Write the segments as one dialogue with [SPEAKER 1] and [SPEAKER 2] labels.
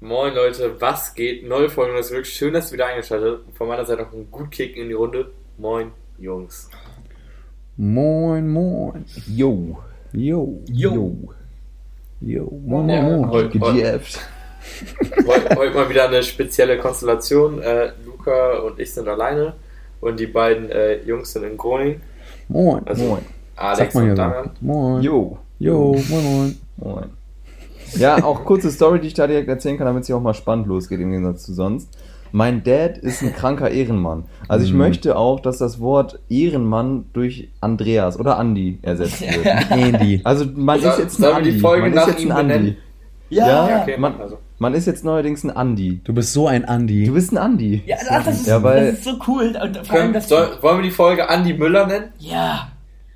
[SPEAKER 1] Moin Leute, was geht? Neue Folge und es ist wirklich schön, dass ihr wieder eingeschaltet habt. Von meiner Seite noch ein gut Kick in die Runde. Moin Jungs.
[SPEAKER 2] Moin, moin. Yo. Yo.
[SPEAKER 3] Yo.
[SPEAKER 2] Yo. Yo. Moin,
[SPEAKER 3] Ja,
[SPEAKER 2] moin, moin.
[SPEAKER 1] heute-
[SPEAKER 2] Gejäft.
[SPEAKER 1] Heute, heute mal wieder eine spezielle Konstellation. Äh, Luca und ich sind alleine und die beiden äh, Jungs sind in Groningen.
[SPEAKER 2] Moin,
[SPEAKER 1] Also,
[SPEAKER 2] moin.
[SPEAKER 1] Alex
[SPEAKER 2] mal
[SPEAKER 1] und
[SPEAKER 2] hier
[SPEAKER 1] Damian.
[SPEAKER 2] so. Moin. Yo.
[SPEAKER 3] Jo.
[SPEAKER 2] moin, moin.
[SPEAKER 3] Moin. Ja, auch kurze Story, die ich da direkt erzählen kann, damit es hier auch mal spannend losgeht im Gegensatz zu sonst. Mein Dad ist ein kranker Ehrenmann. Also ich
[SPEAKER 2] Mhm.
[SPEAKER 3] möchte auch, dass das Wort Ehrenmann durch Andreas oder Andi ersetzt wird.
[SPEAKER 2] Andy.
[SPEAKER 3] Also man
[SPEAKER 1] Soll-
[SPEAKER 3] ist jetzt ein
[SPEAKER 1] sollen wir die
[SPEAKER 3] Andi.
[SPEAKER 1] Folge
[SPEAKER 3] man
[SPEAKER 1] nach
[SPEAKER 3] ist jetzt
[SPEAKER 1] ihm
[SPEAKER 3] ein Andi.
[SPEAKER 1] benennen?
[SPEAKER 3] Ja,
[SPEAKER 1] Ja, okay,
[SPEAKER 3] man,
[SPEAKER 1] also.
[SPEAKER 3] man ist jetzt neuerdings ein Andi.
[SPEAKER 2] Du bist so ein Andy.
[SPEAKER 3] Du bist ein Andi.
[SPEAKER 4] Ja, ach, das, ist,
[SPEAKER 3] Ja, weil-
[SPEAKER 4] das ist so cool. Und vor allem
[SPEAKER 1] Können,
[SPEAKER 4] das.
[SPEAKER 1] soll, wollen wir die Folge Andi Müller nennen?
[SPEAKER 4] ja.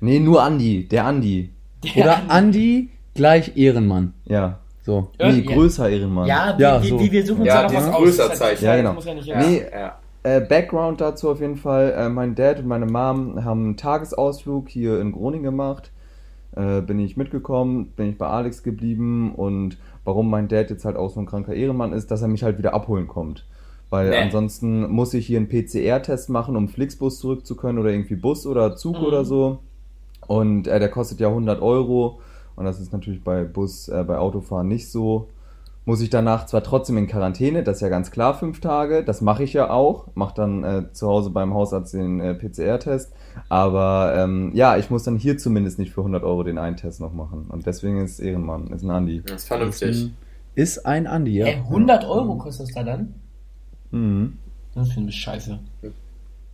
[SPEAKER 3] Nee, nur Andi. Der Andi.
[SPEAKER 2] Oder Andy gleich Ehrenmann.
[SPEAKER 3] Ja.
[SPEAKER 2] So.
[SPEAKER 4] Ja,
[SPEAKER 3] Nee,
[SPEAKER 4] ja.
[SPEAKER 3] größer Ehrenmann.
[SPEAKER 4] Ja,
[SPEAKER 2] Ja,
[SPEAKER 4] wir,
[SPEAKER 2] so.
[SPEAKER 4] wir, wir suchen uns
[SPEAKER 1] Ja,
[SPEAKER 4] ja noch was
[SPEAKER 1] dieses
[SPEAKER 4] aus.
[SPEAKER 1] größer
[SPEAKER 4] Das heißt,
[SPEAKER 1] Zeichen.
[SPEAKER 3] Ja, genau.
[SPEAKER 4] Das muss ja nicht
[SPEAKER 3] Nee.
[SPEAKER 1] ja.
[SPEAKER 3] Äh, Background dazu auf jeden Fall. Äh, mein Dad und meine Mom haben einen Tagesausflug hier in Groningen gemacht. Äh, bin ich mitgekommen, bin ich bei Alex geblieben und warum mein Dad jetzt halt auch so ein kranker Ehrenmann ist, dass er mich halt wieder abholen kommt. Weil
[SPEAKER 1] Nee.
[SPEAKER 3] ansonsten muss ich hier einen PCR-Test machen, um Flixbus zurück zu können oder irgendwie Bus oder Zug
[SPEAKER 4] Mhm.
[SPEAKER 3] oder so. Und äh, der kostet ja 100 Euro und das ist natürlich bei Bus, äh, bei Autofahren nicht so muss ich danach zwar trotzdem in Quarantäne, das ist ja ganz klar, fünf Tage, das mache ich ja auch, mache dann äh, zu Hause beim Hausarzt den äh, PCR-Test, aber ähm, ja, ich muss dann hier zumindest nicht für 100 Euro den einen Test noch machen und deswegen ist Ehrenmann, ist ein Andi.
[SPEAKER 1] Das ist vernünftig.
[SPEAKER 2] Hm. Ist ein Andy,
[SPEAKER 4] Ja.
[SPEAKER 2] ja.
[SPEAKER 4] Ey, 100 Euro kostet das da dann?
[SPEAKER 3] Mhm.
[SPEAKER 4] Das finde ich scheiße.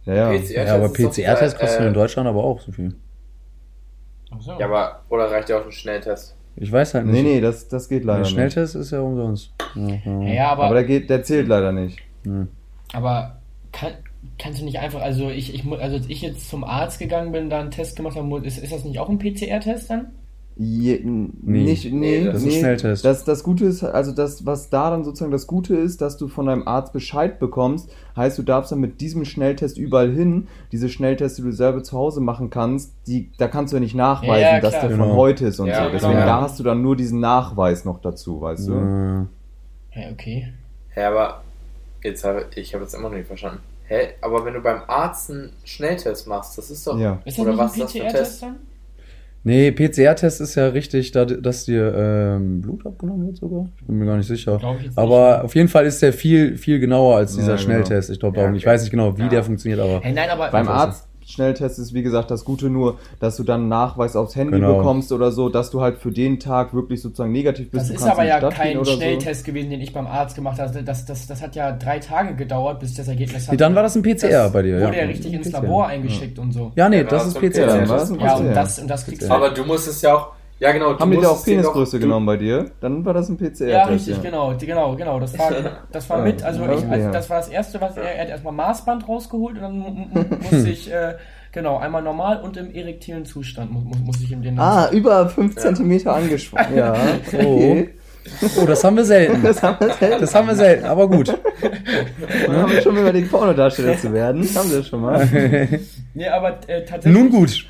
[SPEAKER 3] Ja, ja.
[SPEAKER 2] Ja, aber PCR-Test kostet
[SPEAKER 1] äh,
[SPEAKER 2] in Deutschland aber auch so viel.
[SPEAKER 4] Ach so.
[SPEAKER 1] Ja, aber, oder reicht ja auch ein Schnelltest?
[SPEAKER 2] Ich weiß halt nicht.
[SPEAKER 3] Nee, nee, das, das geht
[SPEAKER 2] Der
[SPEAKER 3] leider nicht.
[SPEAKER 2] Schnelltest ist ja umsonst. Ja, ja.
[SPEAKER 4] Ja, ja, aber,
[SPEAKER 3] Aber
[SPEAKER 4] aber,
[SPEAKER 3] der, geht, der zählt leider nicht.
[SPEAKER 4] kann, kannst du nicht einfach, also ich, ich mu- also als ich jetzt zum Arzt gegangen bin, da einen Test gemacht habe, mu- ist, ist das nicht auch ein PCR-Test dann?
[SPEAKER 3] Je, n- nicht, nee, nee,
[SPEAKER 1] das
[SPEAKER 2] ist ein Schnelltest.
[SPEAKER 3] Das, das Gute ist, also das, was da dann sozusagen das Gute ist, dass du von deinem Arzt Bescheid bekommst, heißt, du darfst dann mit diesem Schnelltest überall hin. Diese Schnelltests, die du selber zu Hause machen kannst, die, da kannst du ja nicht nachweisen,
[SPEAKER 4] Ja, ja,
[SPEAKER 3] dass
[SPEAKER 4] klar.
[SPEAKER 3] der
[SPEAKER 2] Genau.
[SPEAKER 3] von heute ist und
[SPEAKER 1] Ja,
[SPEAKER 3] so. Deswegen
[SPEAKER 1] genau.
[SPEAKER 3] da hast du dann nur diesen Nachweis noch dazu, weißt du?
[SPEAKER 2] Ja.
[SPEAKER 4] Ja, okay.
[SPEAKER 1] Hä, aber jetzt habe ich habe jetzt immer noch nicht verstanden. Hä, aber wenn du beim Arzt einen Schnelltest machst, das ist doch
[SPEAKER 3] Ja.
[SPEAKER 4] Ist das
[SPEAKER 1] oder
[SPEAKER 4] nicht
[SPEAKER 1] was
[SPEAKER 4] ein
[SPEAKER 1] ist das für ein
[SPEAKER 4] PCR-Test
[SPEAKER 1] Test?
[SPEAKER 4] dann?
[SPEAKER 2] Nee, PCR-Test ist ja richtig, da, dass dir ähm, Blut abgenommen wird sogar. Ich bin mir gar nicht sicher.
[SPEAKER 4] Glaub ich jetzt
[SPEAKER 2] Aber auf jeden Fall ist der viel, viel genauer als dieser
[SPEAKER 3] Ja, genau.
[SPEAKER 2] Schnelltest. Ich glaube,
[SPEAKER 1] Ja,
[SPEAKER 2] darum. Ich
[SPEAKER 1] okay.
[SPEAKER 2] weiß nicht genau, wie
[SPEAKER 1] Ja.
[SPEAKER 2] der funktioniert, aber.
[SPEAKER 4] Hey, nein, aber Also,
[SPEAKER 3] Beim
[SPEAKER 2] Scheiße.
[SPEAKER 3] Arzt. Schnelltest ist, wie gesagt, das Gute nur, dass du dann einen Nachweis aufs Handy
[SPEAKER 2] Genau.
[SPEAKER 3] bekommst oder so, dass du halt für den Tag wirklich sozusagen negativ bist.
[SPEAKER 4] Das
[SPEAKER 3] du
[SPEAKER 4] ist
[SPEAKER 3] kannst
[SPEAKER 4] aber
[SPEAKER 3] in die
[SPEAKER 4] ja
[SPEAKER 3] Stadt gehen
[SPEAKER 4] kein
[SPEAKER 3] oder so.
[SPEAKER 4] Schnelltest gewesen, den ich beim Arzt gemacht habe. Das, das, das hat ja drei Tage gedauert, bis das Ergebnis
[SPEAKER 2] Nee, dann war das ein PCR bei dir,
[SPEAKER 4] Wurde
[SPEAKER 2] ja.
[SPEAKER 4] ja, richtig ins
[SPEAKER 2] PCR.
[SPEAKER 4] Labor eingeschickt und so.
[SPEAKER 2] Ja, nee,
[SPEAKER 1] Ja,
[SPEAKER 2] das
[SPEAKER 1] das
[SPEAKER 2] ist
[SPEAKER 1] ist
[SPEAKER 2] PCR.
[SPEAKER 1] okay,
[SPEAKER 3] dann war's ein
[SPEAKER 4] Ja, und
[SPEAKER 3] PCR.
[SPEAKER 4] das, und das kriegst du.
[SPEAKER 1] Aber du musst es ja auch. Ja, genau. du
[SPEAKER 3] Haben die
[SPEAKER 1] musst
[SPEAKER 3] da auch
[SPEAKER 1] es dir noch-
[SPEAKER 3] Penisgröße
[SPEAKER 1] du-
[SPEAKER 3] genommen bei dir? Dann war das ein PCR-Test.
[SPEAKER 4] Ja, richtig, genau, die- genau, genau. Das war, das war
[SPEAKER 3] Ja,
[SPEAKER 4] mit, also, ich,
[SPEAKER 3] ja.
[SPEAKER 4] also das war das Erste, was er, er hat erstmal Maßband rausgeholt und dann mu- mu- musste ich, äh, genau, einmal normal und im erektilen Zustand mu- mu- muss ich ihm den
[SPEAKER 3] Ah, über 5 cm angesprochen. Ja, okay.
[SPEAKER 2] Oh, das haben wir selten.
[SPEAKER 3] Das haben wir selten.
[SPEAKER 2] Das haben wir selten, aber gut.
[SPEAKER 3] Dann haben wir schon mal überlegt, Pornodarsteller zu werden. Haben wir schon mal.
[SPEAKER 4] Nee, aber äh, tatsächlich.
[SPEAKER 2] Nun gut.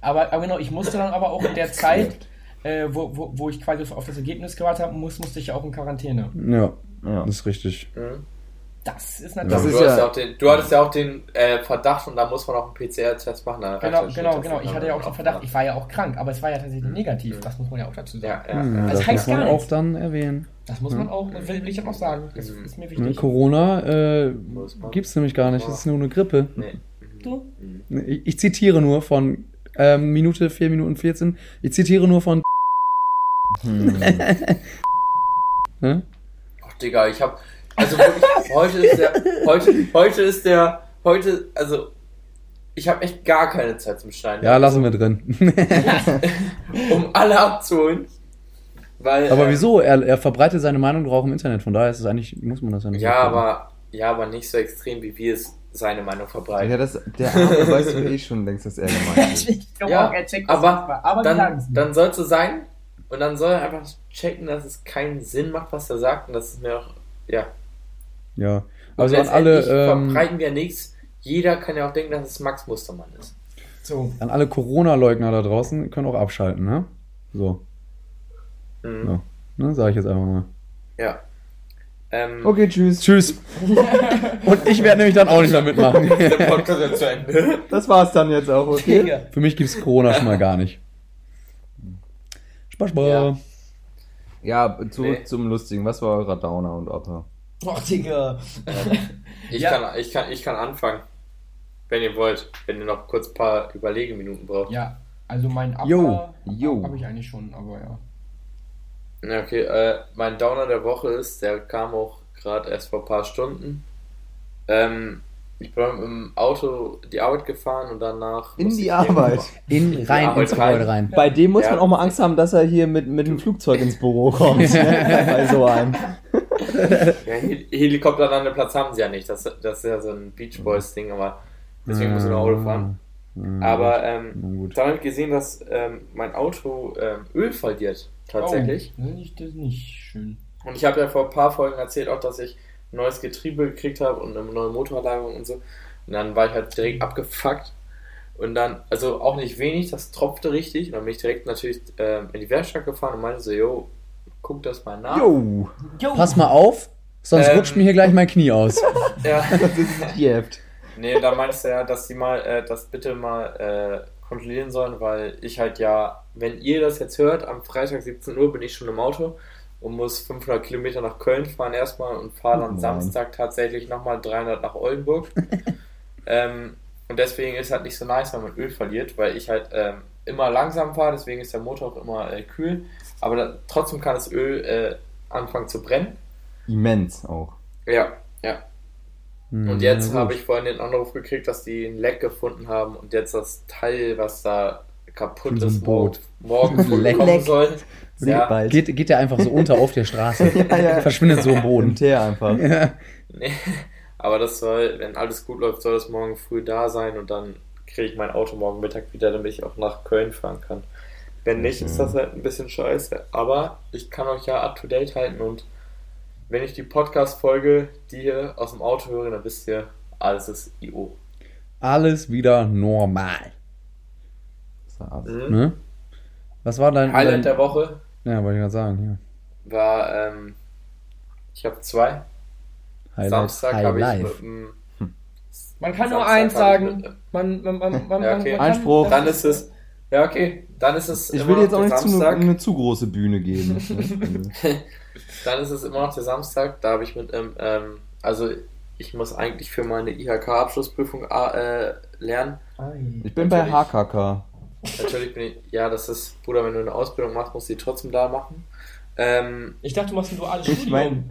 [SPEAKER 4] Aber, aber genau, ich musste dann aber auch in der Zeit, äh, wo, wo, wo ich quasi auf das Ergebnis gewartet habe, muss, musste ich ja auch in Quarantäne.
[SPEAKER 2] Ja,
[SPEAKER 3] Ja.
[SPEAKER 2] das ist richtig.
[SPEAKER 1] Mhm.
[SPEAKER 4] Das
[SPEAKER 1] Das
[SPEAKER 4] ist natürlich.
[SPEAKER 1] du,
[SPEAKER 3] ist
[SPEAKER 1] ist ja,
[SPEAKER 3] ja-
[SPEAKER 1] auch den, du hattest ja auch den äh, Verdacht und da muss man auch einen PCR-Test machen. dann reicht
[SPEAKER 4] Genau,
[SPEAKER 1] der
[SPEAKER 4] genau,
[SPEAKER 1] Schnelltest
[SPEAKER 4] genau. Ich
[SPEAKER 1] nicht
[SPEAKER 4] hatte
[SPEAKER 1] mehr.
[SPEAKER 4] ja auch den Verdacht, ich war ja auch krank, aber es war ja tatsächlich negativ. Das muss man ja auch dazu sagen.
[SPEAKER 1] Mhm. Ja, Mhm. ja.
[SPEAKER 3] Hm,
[SPEAKER 2] Ja,
[SPEAKER 1] ja.
[SPEAKER 4] Das
[SPEAKER 2] Hm, das
[SPEAKER 4] heißt
[SPEAKER 2] muss man
[SPEAKER 4] gar nichts.
[SPEAKER 2] auch dann erwähnen.
[SPEAKER 4] Das muss man auch, will, will ich auch noch sagen. Das
[SPEAKER 1] Mhm.
[SPEAKER 4] ist mir
[SPEAKER 2] Ne,
[SPEAKER 4] wichtig.
[SPEAKER 3] Mhm.
[SPEAKER 2] Corona äh,
[SPEAKER 1] Muss man.
[SPEAKER 2] gibt es nämlich gar nicht. Das ist nur eine Grippe.
[SPEAKER 1] Nee.
[SPEAKER 4] Du?
[SPEAKER 2] Ne, Ich, ich zitiere nur von ähm, Minute 4 Minuten 14. Ich zitiere nur von.
[SPEAKER 4] Hm.
[SPEAKER 2] ne?
[SPEAKER 1] Ach, Digga, ich hab. Also wirklich, heute ist der. Heute, heute ist der. Heute, also. Ich habe echt gar keine Zeit zum Schneiden.
[SPEAKER 2] Ja, lassen wir drin.
[SPEAKER 1] Um alle abzuholen. Weil,
[SPEAKER 2] Aber
[SPEAKER 1] äh,
[SPEAKER 2] wieso? Er, er verbreitet seine Meinung doch auch im Internet. Von daher ist es eigentlich, muss man das ja nicht.
[SPEAKER 1] Ja,
[SPEAKER 2] so machen.
[SPEAKER 1] aber, ja, aber nicht so extrem, wie wir es seine Meinung
[SPEAKER 3] Ja,
[SPEAKER 1] verbreiten.
[SPEAKER 3] das, der Arme weiß doch eh schon längst, dass er gemeint ist.
[SPEAKER 4] Ich glaube
[SPEAKER 1] Ja,
[SPEAKER 4] auch, er checkt das
[SPEAKER 1] aber,
[SPEAKER 4] manchmal, aber die
[SPEAKER 1] dann,
[SPEAKER 4] sagen
[SPEAKER 1] dann sollst du sein und dann soll er einfach checken, dass es keinen Sinn macht, was er sagt und das ist mir auch, ja.
[SPEAKER 2] Ja.
[SPEAKER 1] Und
[SPEAKER 2] Also an alle,
[SPEAKER 1] letztendlich
[SPEAKER 2] ähm,
[SPEAKER 1] verbreiten wir nichts. Jeder kann ja auch denken, dass es Max Mustermann ist.
[SPEAKER 4] es. So.
[SPEAKER 2] an alle Corona-Leugner da draußen können auch abschalten, ne? So,
[SPEAKER 1] Mhm.
[SPEAKER 2] ja. ne, sage ich jetzt einfach mal.
[SPEAKER 1] Ja. Ähm,
[SPEAKER 3] Okay, tschüss.
[SPEAKER 2] Tschüss. Und ich werde nämlich dann auch nicht mehr mitmachen.
[SPEAKER 1] Der Podcast ist zu Ende.
[SPEAKER 3] Das war's dann jetzt auch, okay?
[SPEAKER 4] Digga.
[SPEAKER 2] Für mich gibt's Corona schon mal gar nicht. Spaß, Spaß.
[SPEAKER 1] Ja.
[SPEAKER 3] Ja, zurück
[SPEAKER 1] Nee.
[SPEAKER 3] zum Lustigen. Was war eurer Downer und Otter?
[SPEAKER 4] Och, Digga.
[SPEAKER 1] Ich,
[SPEAKER 4] Ja.
[SPEAKER 1] kann, ich, kann, ich kann anfangen. Wenn ihr wollt. Wenn ihr noch kurz ein paar Überlegeminuten braucht.
[SPEAKER 4] Ja, also mein Upper
[SPEAKER 2] Jo,
[SPEAKER 3] jo.
[SPEAKER 4] habe ich eigentlich schon, aber ja.
[SPEAKER 1] Ja, Okay, äh, mein Downer der Woche ist, der kam auch gerade erst vor ein paar Stunden. Ähm, ich bin mit dem Auto die Arbeit gefahren und danach.
[SPEAKER 3] In
[SPEAKER 1] musste
[SPEAKER 3] die
[SPEAKER 1] ich irgendwo-
[SPEAKER 3] Arbeit.
[SPEAKER 2] In, rein
[SPEAKER 1] Arbeit
[SPEAKER 2] ins Gebäude rein.
[SPEAKER 3] Bei dem muss
[SPEAKER 1] Ja.
[SPEAKER 3] man auch mal Angst haben, dass er hier mit, mit dem Flugzeug ins Büro kommt. ne? Bei so einem.
[SPEAKER 1] Ja, Hel Helikopterlandeplatz haben sie ja nicht. Das, das ist ja so ein Beach Boys-Ding, aber deswegen muss ich nur Auto fahren.
[SPEAKER 2] Mhm.
[SPEAKER 1] Aber ähm,
[SPEAKER 2] Na gut.
[SPEAKER 1] damit gesehen, dass ähm, mein Auto ähm, Öl verliert, tatsächlich.
[SPEAKER 4] Oh, das ist das ist nicht schön.
[SPEAKER 1] Und ich habe ja vor ein paar Folgen erzählt auch, dass ich ein neues Getriebe gekriegt habe und eine neue Motorlagerung und so. Und dann war ich halt direkt abgefuckt. Und dann, also auch nicht wenig, das tropfte richtig. Und dann bin ich direkt natürlich ähm, in die Werkstatt gefahren und meinte so, yo, guck das mal
[SPEAKER 4] Ah.
[SPEAKER 1] nach.
[SPEAKER 3] Jo,
[SPEAKER 4] Jo.
[SPEAKER 2] Pass mal auf, sonst
[SPEAKER 1] Ähm.
[SPEAKER 2] rutscht mir hier gleich mein Knie aus.
[SPEAKER 1] Ja.
[SPEAKER 3] das ist Gift.
[SPEAKER 1] Nee, da meinst du ja, dass die mal äh, das bitte mal äh, kontrollieren sollen, weil ich halt ja, wenn ihr das jetzt hört, am Freitag 17 Uhr bin ich schon im Auto und muss 500 Kilometer nach Köln fahren erstmal und fahre
[SPEAKER 3] Oh
[SPEAKER 1] dann
[SPEAKER 3] Mann.
[SPEAKER 1] Samstag tatsächlich nochmal 300 nach Oldenburg. ähm, und deswegen ist halt nicht so nice, wenn man Öl verliert, weil ich halt ähm, immer langsam fahre, deswegen ist der Motor auch immer äh, kühl. Aber da, trotzdem kann das Öl äh, anfangen zu brennen.
[SPEAKER 3] Immens auch.
[SPEAKER 1] Ja, ja.
[SPEAKER 2] Hm,
[SPEAKER 1] Und jetzt habe ich vorhin den Anruf gekriegt, dass die ein Leck gefunden haben und jetzt das Teil, was da kaputt
[SPEAKER 2] In so einem
[SPEAKER 1] ist, mor-
[SPEAKER 2] Boot.
[SPEAKER 1] morgen früh
[SPEAKER 2] Leck.
[SPEAKER 1] kommen
[SPEAKER 3] Leck.
[SPEAKER 1] soll.
[SPEAKER 3] Sehr
[SPEAKER 1] Ja.
[SPEAKER 3] bald.
[SPEAKER 2] Geht, geht der einfach so unter auf der Straße.
[SPEAKER 3] Halt. Ja, ja.
[SPEAKER 2] Verschwindet so im
[SPEAKER 3] Im
[SPEAKER 2] Boden.
[SPEAKER 3] Teer einfach.
[SPEAKER 1] Nee. Aber das soll, wenn alles gut läuft, soll das morgen früh da sein und dann kriege ich mein Auto morgen Mittag wieder, damit ich auch nach Köln fahren kann. Wenn nicht, ist
[SPEAKER 2] Mhm.
[SPEAKER 1] das halt ein bisschen scheiße. Aber ich kann euch ja up to date halten und wenn ich die Podcast-Folge, die hier aus dem Auto höre, dann wisst ihr, alles ist IO.
[SPEAKER 2] Alles wieder normal.
[SPEAKER 1] Mhm.
[SPEAKER 2] Ne? Was war dein.
[SPEAKER 1] Highlight
[SPEAKER 2] dein
[SPEAKER 1] der Woche
[SPEAKER 2] ja, wollte ich gerade sagen.
[SPEAKER 1] war, ähm, ich habe zwei.
[SPEAKER 2] Ja. Highlight.
[SPEAKER 1] Samstag habe ich
[SPEAKER 2] Highlife.
[SPEAKER 1] mit dem,
[SPEAKER 3] Hm.
[SPEAKER 4] Man kann nur
[SPEAKER 1] Samstag
[SPEAKER 4] eins
[SPEAKER 1] hab ich
[SPEAKER 4] sagen.
[SPEAKER 1] mit-
[SPEAKER 4] Man, man, man, man,
[SPEAKER 1] Ja, okay.
[SPEAKER 4] man kann,
[SPEAKER 3] Einspruch.
[SPEAKER 1] dann ist es ja okay, dann ist es
[SPEAKER 3] Ich
[SPEAKER 1] immer
[SPEAKER 3] will jetzt
[SPEAKER 1] noch
[SPEAKER 3] auch
[SPEAKER 1] der
[SPEAKER 3] nicht zu eine,
[SPEAKER 1] Samstag.
[SPEAKER 3] eine zu große Bühne geben. ne?
[SPEAKER 1] Dann ist es immer noch der Samstag, da habe ich mit ähm, ähm, also ich muss eigentlich für meine IHK Abschlussprüfung äh, lernen.
[SPEAKER 4] Ei.
[SPEAKER 3] Ich bin bei
[SPEAKER 1] Natürlich.
[SPEAKER 3] HKK.
[SPEAKER 1] Natürlich bin ich ja, das ist Bruder, wenn du eine Ausbildung machst, musst du die trotzdem da machen. Ähm,
[SPEAKER 4] Ich dachte, du machst ein duales
[SPEAKER 3] Ich
[SPEAKER 4] Studium.
[SPEAKER 3] mein-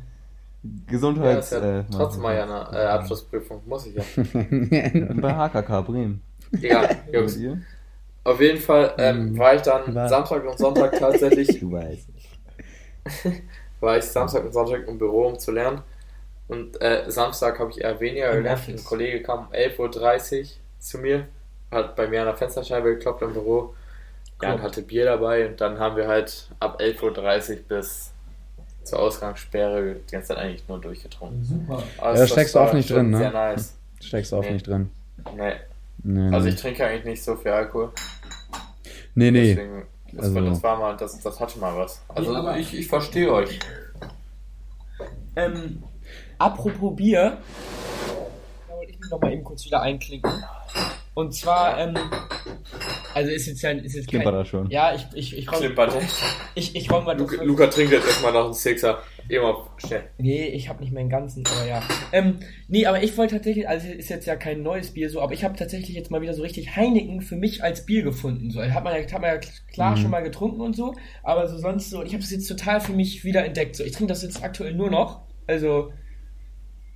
[SPEAKER 1] ja,
[SPEAKER 3] Gesundheits...
[SPEAKER 1] das ist ja
[SPEAKER 3] äh,
[SPEAKER 1] trotzdem mal ja eine äh, Abschlussprüfung, muss ich ja.
[SPEAKER 3] Ich bin Bei HKK Bremen.
[SPEAKER 1] Egal, Jungs.
[SPEAKER 3] Und ihr?
[SPEAKER 1] Auf jeden Fall ähm, war ich dann
[SPEAKER 2] Mhm. War-
[SPEAKER 1] Samstag und Sonntag tatsächlich
[SPEAKER 3] Du weißt.
[SPEAKER 1] war ich Samstag und Sonntag im Büro, um zu lernen. Und äh, Samstag habe ich eher weniger
[SPEAKER 4] Im
[SPEAKER 1] gelernt.
[SPEAKER 4] Office.
[SPEAKER 1] Ein Kollege kam um 11.30 Uhr zu mir, hat bei mir an der Fensterscheibe geklopft im Büro. Ja, und hatte Bier dabei und dann haben wir halt ab 11.30 Uhr bis zur Ausgangssperre die ganze Zeit eigentlich nur durchgetrunken.
[SPEAKER 4] Super.
[SPEAKER 1] Also
[SPEAKER 2] da steckst du
[SPEAKER 1] war
[SPEAKER 2] auch nicht
[SPEAKER 1] schon
[SPEAKER 2] drin, ne?
[SPEAKER 1] Sehr nice.
[SPEAKER 2] Steckst du auch
[SPEAKER 1] Nee.
[SPEAKER 2] nicht drin.
[SPEAKER 1] Nee.
[SPEAKER 2] Nee,
[SPEAKER 1] Also
[SPEAKER 2] nee.
[SPEAKER 1] ich trinke eigentlich nicht so viel Alkohol.
[SPEAKER 2] nee, nee.
[SPEAKER 1] Deswegen, das,
[SPEAKER 2] Also-
[SPEAKER 1] das war mal, das, das hatte mal was. Also
[SPEAKER 4] Nee, aber-
[SPEAKER 1] ich, ich verstehe euch.
[SPEAKER 4] Ähm, apropos Bier, da wollte ich mich nochmal eben kurz wieder einklinken. Und zwar, ähm, also ist jetzt ja ist jetzt
[SPEAKER 3] Klimpert
[SPEAKER 4] kein,
[SPEAKER 3] da schon.
[SPEAKER 4] Ja, ich, ich, ich räume
[SPEAKER 1] Klimpert.
[SPEAKER 4] ich, ich räum mal das.
[SPEAKER 1] Luca, Luca trinkt jetzt erstmal noch einen Sixer. Immer schnell.
[SPEAKER 4] Nee, ich habe nicht mehr den ganzen, aber ja. Ähm, nee, aber ich wollte tatsächlich, also ist jetzt ja kein neues Bier so, aber ich habe tatsächlich jetzt mal wieder so richtig Heineken für mich als Bier gefunden. So, hat man ja, hat man ja klar schon mal getrunken und so, aber so sonst so, ich habe es jetzt total für mich wieder entdeckt. So, ich trinke das jetzt aktuell nur noch, also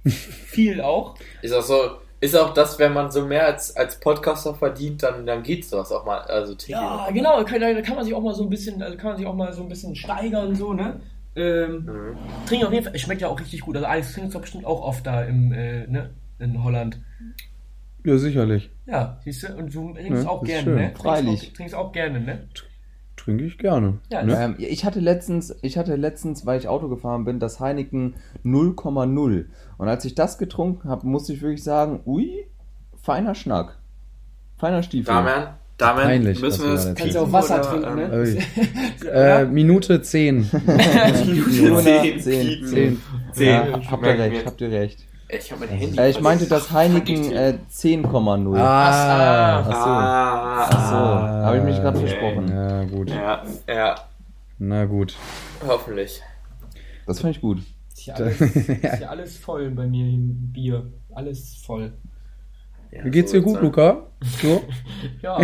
[SPEAKER 4] viel auch.
[SPEAKER 1] Ist auch so, ist auch das, wenn man so mehr als, als Podcaster verdient, dann, dann geht sowas auch mal. Also täglich.
[SPEAKER 4] Ja, genau, kann, da kann man sich auch mal so ein bisschen, also kann man sich auch mal so ein bisschen steigern so, ne? Ähm,
[SPEAKER 1] Mhm.
[SPEAKER 4] trinke auf jeden Fall, schmeckt ja auch richtig gut. Also Alex trinkt doch bestimmt auch oft da im, äh, ne, in Holland.
[SPEAKER 2] Ja, sicherlich.
[SPEAKER 4] Ja, siehst du, und du trinkst
[SPEAKER 2] Ja,
[SPEAKER 4] auch
[SPEAKER 2] ist
[SPEAKER 4] gerne,
[SPEAKER 2] schön.
[SPEAKER 4] ne?
[SPEAKER 3] Freilich.
[SPEAKER 4] Trinkst auch, trinkst auch gerne, ne?
[SPEAKER 2] Trinke ich gerne.
[SPEAKER 4] Ja,
[SPEAKER 2] ne?
[SPEAKER 3] Ähm, ich hatte letztens, ich hatte letztens, weil ich Auto gefahren bin, das Heineken 0,0. Und als ich das getrunken habe, musste ich wirklich sagen, ui, feiner Schnack. Feiner Stiefel.
[SPEAKER 1] Damian, Damit
[SPEAKER 2] Peinlich,
[SPEAKER 1] müssen wir
[SPEAKER 2] was
[SPEAKER 1] das
[SPEAKER 2] du gerade
[SPEAKER 4] Kannst du auch
[SPEAKER 1] piepen,
[SPEAKER 4] Wasser
[SPEAKER 1] oder,
[SPEAKER 4] trinken, ne?
[SPEAKER 2] Ui.
[SPEAKER 4] Ja.
[SPEAKER 2] Äh, Minute 10.
[SPEAKER 1] Ähm, zehn,
[SPEAKER 3] Zehn, zehn,
[SPEAKER 1] zehn.
[SPEAKER 3] Ja,
[SPEAKER 1] Zehn.
[SPEAKER 3] habt ihr recht, habt ihr recht.
[SPEAKER 1] Ich hab mein Handy.
[SPEAKER 3] Äh, ich meinte das Heineken
[SPEAKER 1] Handy.
[SPEAKER 3] äh, 10,0.
[SPEAKER 2] ah,
[SPEAKER 3] Ach so.
[SPEAKER 1] Ah,
[SPEAKER 3] Ach so,
[SPEAKER 1] ah.
[SPEAKER 3] habe ich mich gerade
[SPEAKER 1] Okay.
[SPEAKER 3] versprochen.
[SPEAKER 2] Na gut.
[SPEAKER 1] Ja, ja,
[SPEAKER 2] Na gut.
[SPEAKER 1] hoffentlich.
[SPEAKER 3] Das fand ich gut.
[SPEAKER 4] Ist hier, alles, ist hier alles voll bei mir im Bier. Alles voll.
[SPEAKER 1] Ja,
[SPEAKER 2] Wie geht's dir gut,
[SPEAKER 1] soll's sein.
[SPEAKER 2] Luca? So?
[SPEAKER 4] Ja,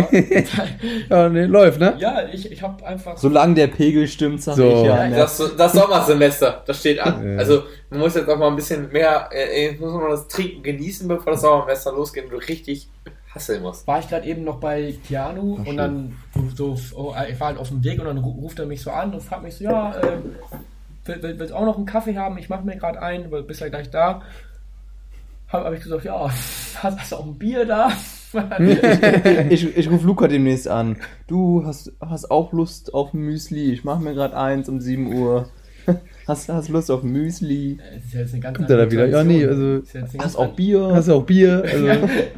[SPEAKER 2] Ja, nee, läuft, ne?
[SPEAKER 4] ja ich, ich hab einfach.
[SPEAKER 3] Solange der Pegel stimmt, sag
[SPEAKER 2] So.
[SPEAKER 3] ich ja.
[SPEAKER 2] Ja,
[SPEAKER 3] Ne?
[SPEAKER 1] Das, das Sommersemester, das steht an.
[SPEAKER 2] Ja.
[SPEAKER 1] Also man muss jetzt auch mal ein bisschen mehr, äh, jetzt muss man das Trinken genießen, bevor das Sommersemester losgeht und du richtig hasseln musst.
[SPEAKER 4] War ich gerade eben noch bei Keanu
[SPEAKER 3] Ach,
[SPEAKER 4] und dann so, oh, ich war halt auf dem Weg und dann ru- ruft er mich so an und fragt mich so, ja, äh, will, will, willst auch noch einen Kaffee haben? Ich mache mir gerade einen, weil bist ja gleich da. Habe hab ich gesagt, ja, hast, hast du auch ein Bier da?
[SPEAKER 3] Hm. Ich, ich rufe Luca demnächst an. Du hast, hast auch Lust auf Müsli. Ich mache mir gerade eins um 7 Uhr. Hast, hast Lust auf Müsli?
[SPEAKER 4] Das ist ja jetzt eine ganz
[SPEAKER 2] Kommt er
[SPEAKER 4] andere
[SPEAKER 2] da wieder? Ja,
[SPEAKER 4] Situation.
[SPEAKER 2] nee, also-
[SPEAKER 4] Das ist jetzt eine ganz
[SPEAKER 3] Hast auch
[SPEAKER 4] andere-
[SPEAKER 3] Bier?
[SPEAKER 2] Hast du auch Bier? Also,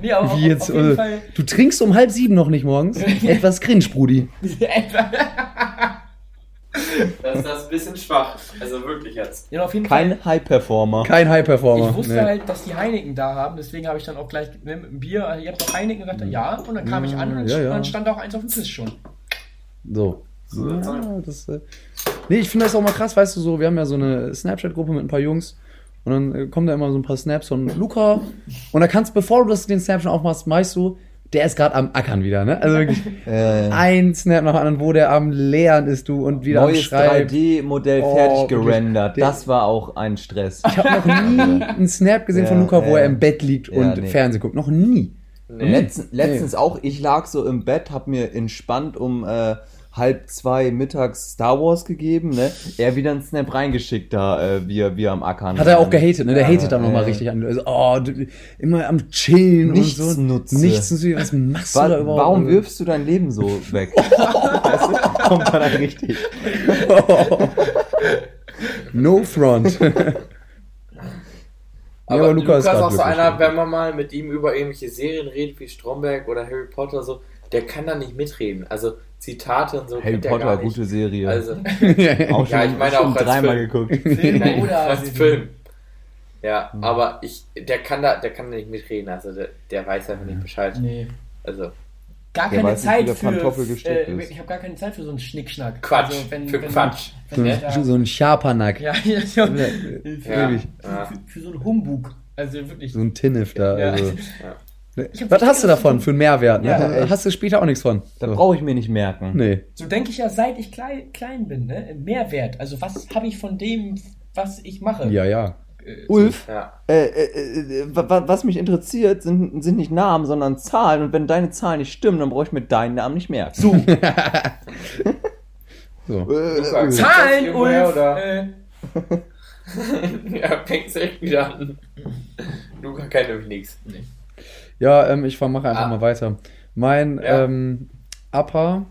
[SPEAKER 4] Nee, aber auf,
[SPEAKER 2] wie jetzt,
[SPEAKER 4] auf jeden
[SPEAKER 2] äh,
[SPEAKER 4] Fall.
[SPEAKER 2] du trinkst um halb sieben noch nicht morgens? Etwas cringe, Brudi.
[SPEAKER 1] Das, das ist ein bisschen schwach. Also wirklich jetzt.
[SPEAKER 4] ja, auf jeden Fall.
[SPEAKER 3] Kein High-Performer.
[SPEAKER 2] Kein High-Performer.
[SPEAKER 4] Ich wusste
[SPEAKER 2] Nee.
[SPEAKER 4] halt, dass die Heineken da haben, deswegen habe ich dann auch gleich mit dem Bier, also ihr habt doch Heineken gesagt, ja, und dann kam ich an und dann,
[SPEAKER 2] Ja, ja.
[SPEAKER 4] dann stand auch eins auf dem Tisch schon.
[SPEAKER 2] So.
[SPEAKER 1] So,
[SPEAKER 2] ja,
[SPEAKER 1] jetzt sag.
[SPEAKER 2] das, äh, nee, ich finde das auch mal krass, weißt du, so, wir haben ja so eine Snapchat-Gruppe mit ein paar Jungs und dann äh, kommen da immer so ein paar Snaps von Luca und da kannst, bevor du das, den Snap schon aufmachst, meinst du, der ist gerade am Ackern wieder, ne? Also wirklich
[SPEAKER 3] Äh,
[SPEAKER 2] ein Snap nach dem anderen, wo der am Leeren ist, du, und wieder am
[SPEAKER 3] neues
[SPEAKER 2] Schreiben.
[SPEAKER 3] 3D-Modell
[SPEAKER 2] Oh,
[SPEAKER 3] fertig
[SPEAKER 2] wirklich.
[SPEAKER 3] gerendert.
[SPEAKER 2] Der-
[SPEAKER 3] Das war auch ein Stress.
[SPEAKER 2] Ich habe noch nie einen Snap gesehen von
[SPEAKER 3] Ja,
[SPEAKER 2] Luca, wo
[SPEAKER 3] ja.
[SPEAKER 2] er im Bett liegt
[SPEAKER 3] Ja,
[SPEAKER 2] und
[SPEAKER 3] nee.
[SPEAKER 2] Fernsehen guckt. Noch nie.
[SPEAKER 1] Nee.
[SPEAKER 3] Letzten, letztens auch, ich lag so im Bett, hab mir entspannt um äh, halb zwei mittags Star Wars gegeben, ne? Er wieder einen Snap reingeschickt da, äh, wir, wir am Ackern.
[SPEAKER 2] Hat er auch gehatet, ne? Der
[SPEAKER 3] Ja,
[SPEAKER 2] hatet dann nochmal
[SPEAKER 3] äh.
[SPEAKER 2] richtig an. Also, oh, du, immer am Chillen
[SPEAKER 3] Nichts
[SPEAKER 2] und so.
[SPEAKER 3] nutze.
[SPEAKER 2] Nichts nutze. Was machst du
[SPEAKER 3] Wa
[SPEAKER 2] da überhaupt?
[SPEAKER 3] warum wirfst du dein Leben so weg? weißt du? Kommt da dann richtig.
[SPEAKER 2] No front.
[SPEAKER 1] Aber,
[SPEAKER 2] aber Luca
[SPEAKER 1] Luca
[SPEAKER 2] ist
[SPEAKER 1] ist
[SPEAKER 2] grad
[SPEAKER 1] auch so
[SPEAKER 2] glücklich.
[SPEAKER 1] einer, wenn man mal mit ihm über irgendwelche Serien redet, wie Stromberg oder Harry Potter, so, der kann da nicht mitreden. Also Zitate und so
[SPEAKER 3] Harry
[SPEAKER 1] kennt er gar
[SPEAKER 3] Potter,
[SPEAKER 1] nicht.
[SPEAKER 3] gute Serie.
[SPEAKER 1] Also,
[SPEAKER 3] auch
[SPEAKER 1] Ja, ich meine
[SPEAKER 3] schon
[SPEAKER 1] auch als
[SPEAKER 3] dreimal
[SPEAKER 1] Film.
[SPEAKER 3] geguckt.
[SPEAKER 4] Film oder
[SPEAKER 1] als
[SPEAKER 4] Serie.
[SPEAKER 1] Film. Ja, aber ich, der kann da, der kann da nicht mitreden, also der, der weiß einfach nicht Bescheid.
[SPEAKER 4] Nee.
[SPEAKER 1] Also,
[SPEAKER 4] Gar
[SPEAKER 3] Wer
[SPEAKER 4] keine
[SPEAKER 3] weiß nicht, wie
[SPEAKER 4] Zeit
[SPEAKER 3] der Pantoffel
[SPEAKER 4] für.
[SPEAKER 3] gesteckt
[SPEAKER 4] Äh,
[SPEAKER 3] ist.
[SPEAKER 4] ich habe gar keine Zeit für so einen Schnickschnack.
[SPEAKER 1] Quatsch,
[SPEAKER 4] Also,
[SPEAKER 1] für Quatsch.
[SPEAKER 2] so,
[SPEAKER 4] Wenn ich da,
[SPEAKER 2] ein, so ein Schabernack.
[SPEAKER 4] ja, ja, so,
[SPEAKER 1] Ja,
[SPEAKER 2] Ewig.
[SPEAKER 1] ja.
[SPEAKER 4] für, für so einen Humbug. Also wirklich.
[SPEAKER 2] So ein Tinnef da.
[SPEAKER 4] Ja.
[SPEAKER 2] Also.
[SPEAKER 1] Ja.
[SPEAKER 2] Ne?
[SPEAKER 4] Ich hab
[SPEAKER 2] Was
[SPEAKER 4] nicht
[SPEAKER 2] hast du
[SPEAKER 4] gedacht,
[SPEAKER 2] davon für einen Mehrwert? Ne?
[SPEAKER 3] Ja, echt.
[SPEAKER 2] hast du später auch nichts von.
[SPEAKER 3] Da
[SPEAKER 2] So.
[SPEAKER 3] brauche ich mir nicht merken.
[SPEAKER 2] Nee.
[SPEAKER 4] So denke ich ja, seit ich klein, klein bin, ne? Mehrwert. Also was habe ich von dem, was ich mache?
[SPEAKER 2] Ja, ja.
[SPEAKER 3] Ulf,
[SPEAKER 1] ja.
[SPEAKER 3] Äh, äh, äh, wa- wa- was mich interessiert, sind, sind nicht Namen, sondern Zahlen. Und wenn deine Zahlen nicht stimmen, dann brauche ich mir deinen Namen nicht merken. So.
[SPEAKER 2] So.
[SPEAKER 1] Luca,
[SPEAKER 3] Äh, äh,
[SPEAKER 1] zack.
[SPEAKER 4] Zahlen,
[SPEAKER 1] Ist das irgendwoher,
[SPEAKER 4] Ulf!
[SPEAKER 1] oder?
[SPEAKER 4] Äh,
[SPEAKER 1] ja fängt direkt wieder an. Luca kann nämlich nichts.
[SPEAKER 2] Ja, ähm, ich fahr- mache einfach
[SPEAKER 1] Ah.
[SPEAKER 2] mal weiter. Mein
[SPEAKER 1] Ja.
[SPEAKER 2] ähm, Appa,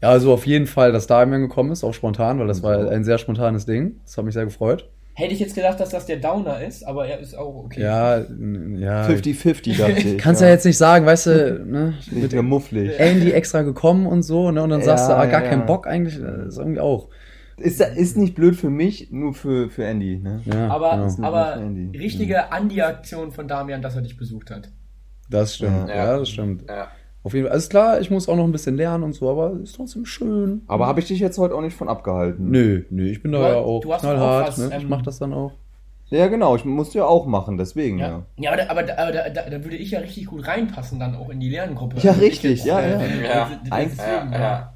[SPEAKER 2] ja, also auf jeden Fall, dass Damian gekommen ist, auch spontan, weil das war ein sehr spontanes Ding. Das hat mich sehr gefreut.
[SPEAKER 4] hätte ich jetzt gedacht, dass das der Downer ist, aber er ist auch okay.
[SPEAKER 2] Ja, n- ja.
[SPEAKER 3] 50-50, dachte ich.
[SPEAKER 2] Kannst ja. jetzt nicht sagen, weißt du, ne?
[SPEAKER 3] Mit
[SPEAKER 2] Mit
[SPEAKER 3] der Mufflig.
[SPEAKER 2] Andy extra gekommen und so, ne? Und dann sagst du,
[SPEAKER 3] Ja,
[SPEAKER 2] ah, gar
[SPEAKER 3] ja.
[SPEAKER 2] keinen Bock eigentlich, äh, ist irgendwie auch.
[SPEAKER 3] Ist, da- ist nicht blöd für mich, nur für, für Andy. Ne?
[SPEAKER 2] Ja,
[SPEAKER 4] Aber,
[SPEAKER 2] genau.
[SPEAKER 4] aber
[SPEAKER 3] Das ist Andy.
[SPEAKER 4] richtige Andi-Aktion von Damian, dass er dich besucht hat.
[SPEAKER 2] das stimmt. Ja.
[SPEAKER 1] Ja.
[SPEAKER 2] das stimmt.
[SPEAKER 1] Ja.
[SPEAKER 2] Auf jeden Fall. Alles klar, ich muss auch noch ein bisschen lernen und so, aber ist trotzdem schön.
[SPEAKER 3] Aber habe ich dich jetzt heute auch nicht von abgehalten?
[SPEAKER 2] Nö, nö, ich bin da
[SPEAKER 4] Du-
[SPEAKER 2] ja auch
[SPEAKER 4] du hast
[SPEAKER 2] knallhart,
[SPEAKER 4] auch was,
[SPEAKER 2] ne? Ich
[SPEAKER 4] ähm,
[SPEAKER 2] mach das dann auch.
[SPEAKER 3] Ja, genau. Ich musste ja auch machen, deswegen. Ja,
[SPEAKER 4] Ja, ja aber, da, aber, da, aber da, da, da würde ich ja richtig gut reinpassen, dann auch in die Lerngruppe.
[SPEAKER 3] Ja,
[SPEAKER 4] Also ich
[SPEAKER 3] richtig,
[SPEAKER 4] jetzt,
[SPEAKER 3] ja,
[SPEAKER 4] äh,
[SPEAKER 3] ja.
[SPEAKER 4] also
[SPEAKER 1] Ja.
[SPEAKER 4] das- das-
[SPEAKER 3] Eigentlich-
[SPEAKER 1] Ja,
[SPEAKER 4] deswegen,
[SPEAKER 1] ja.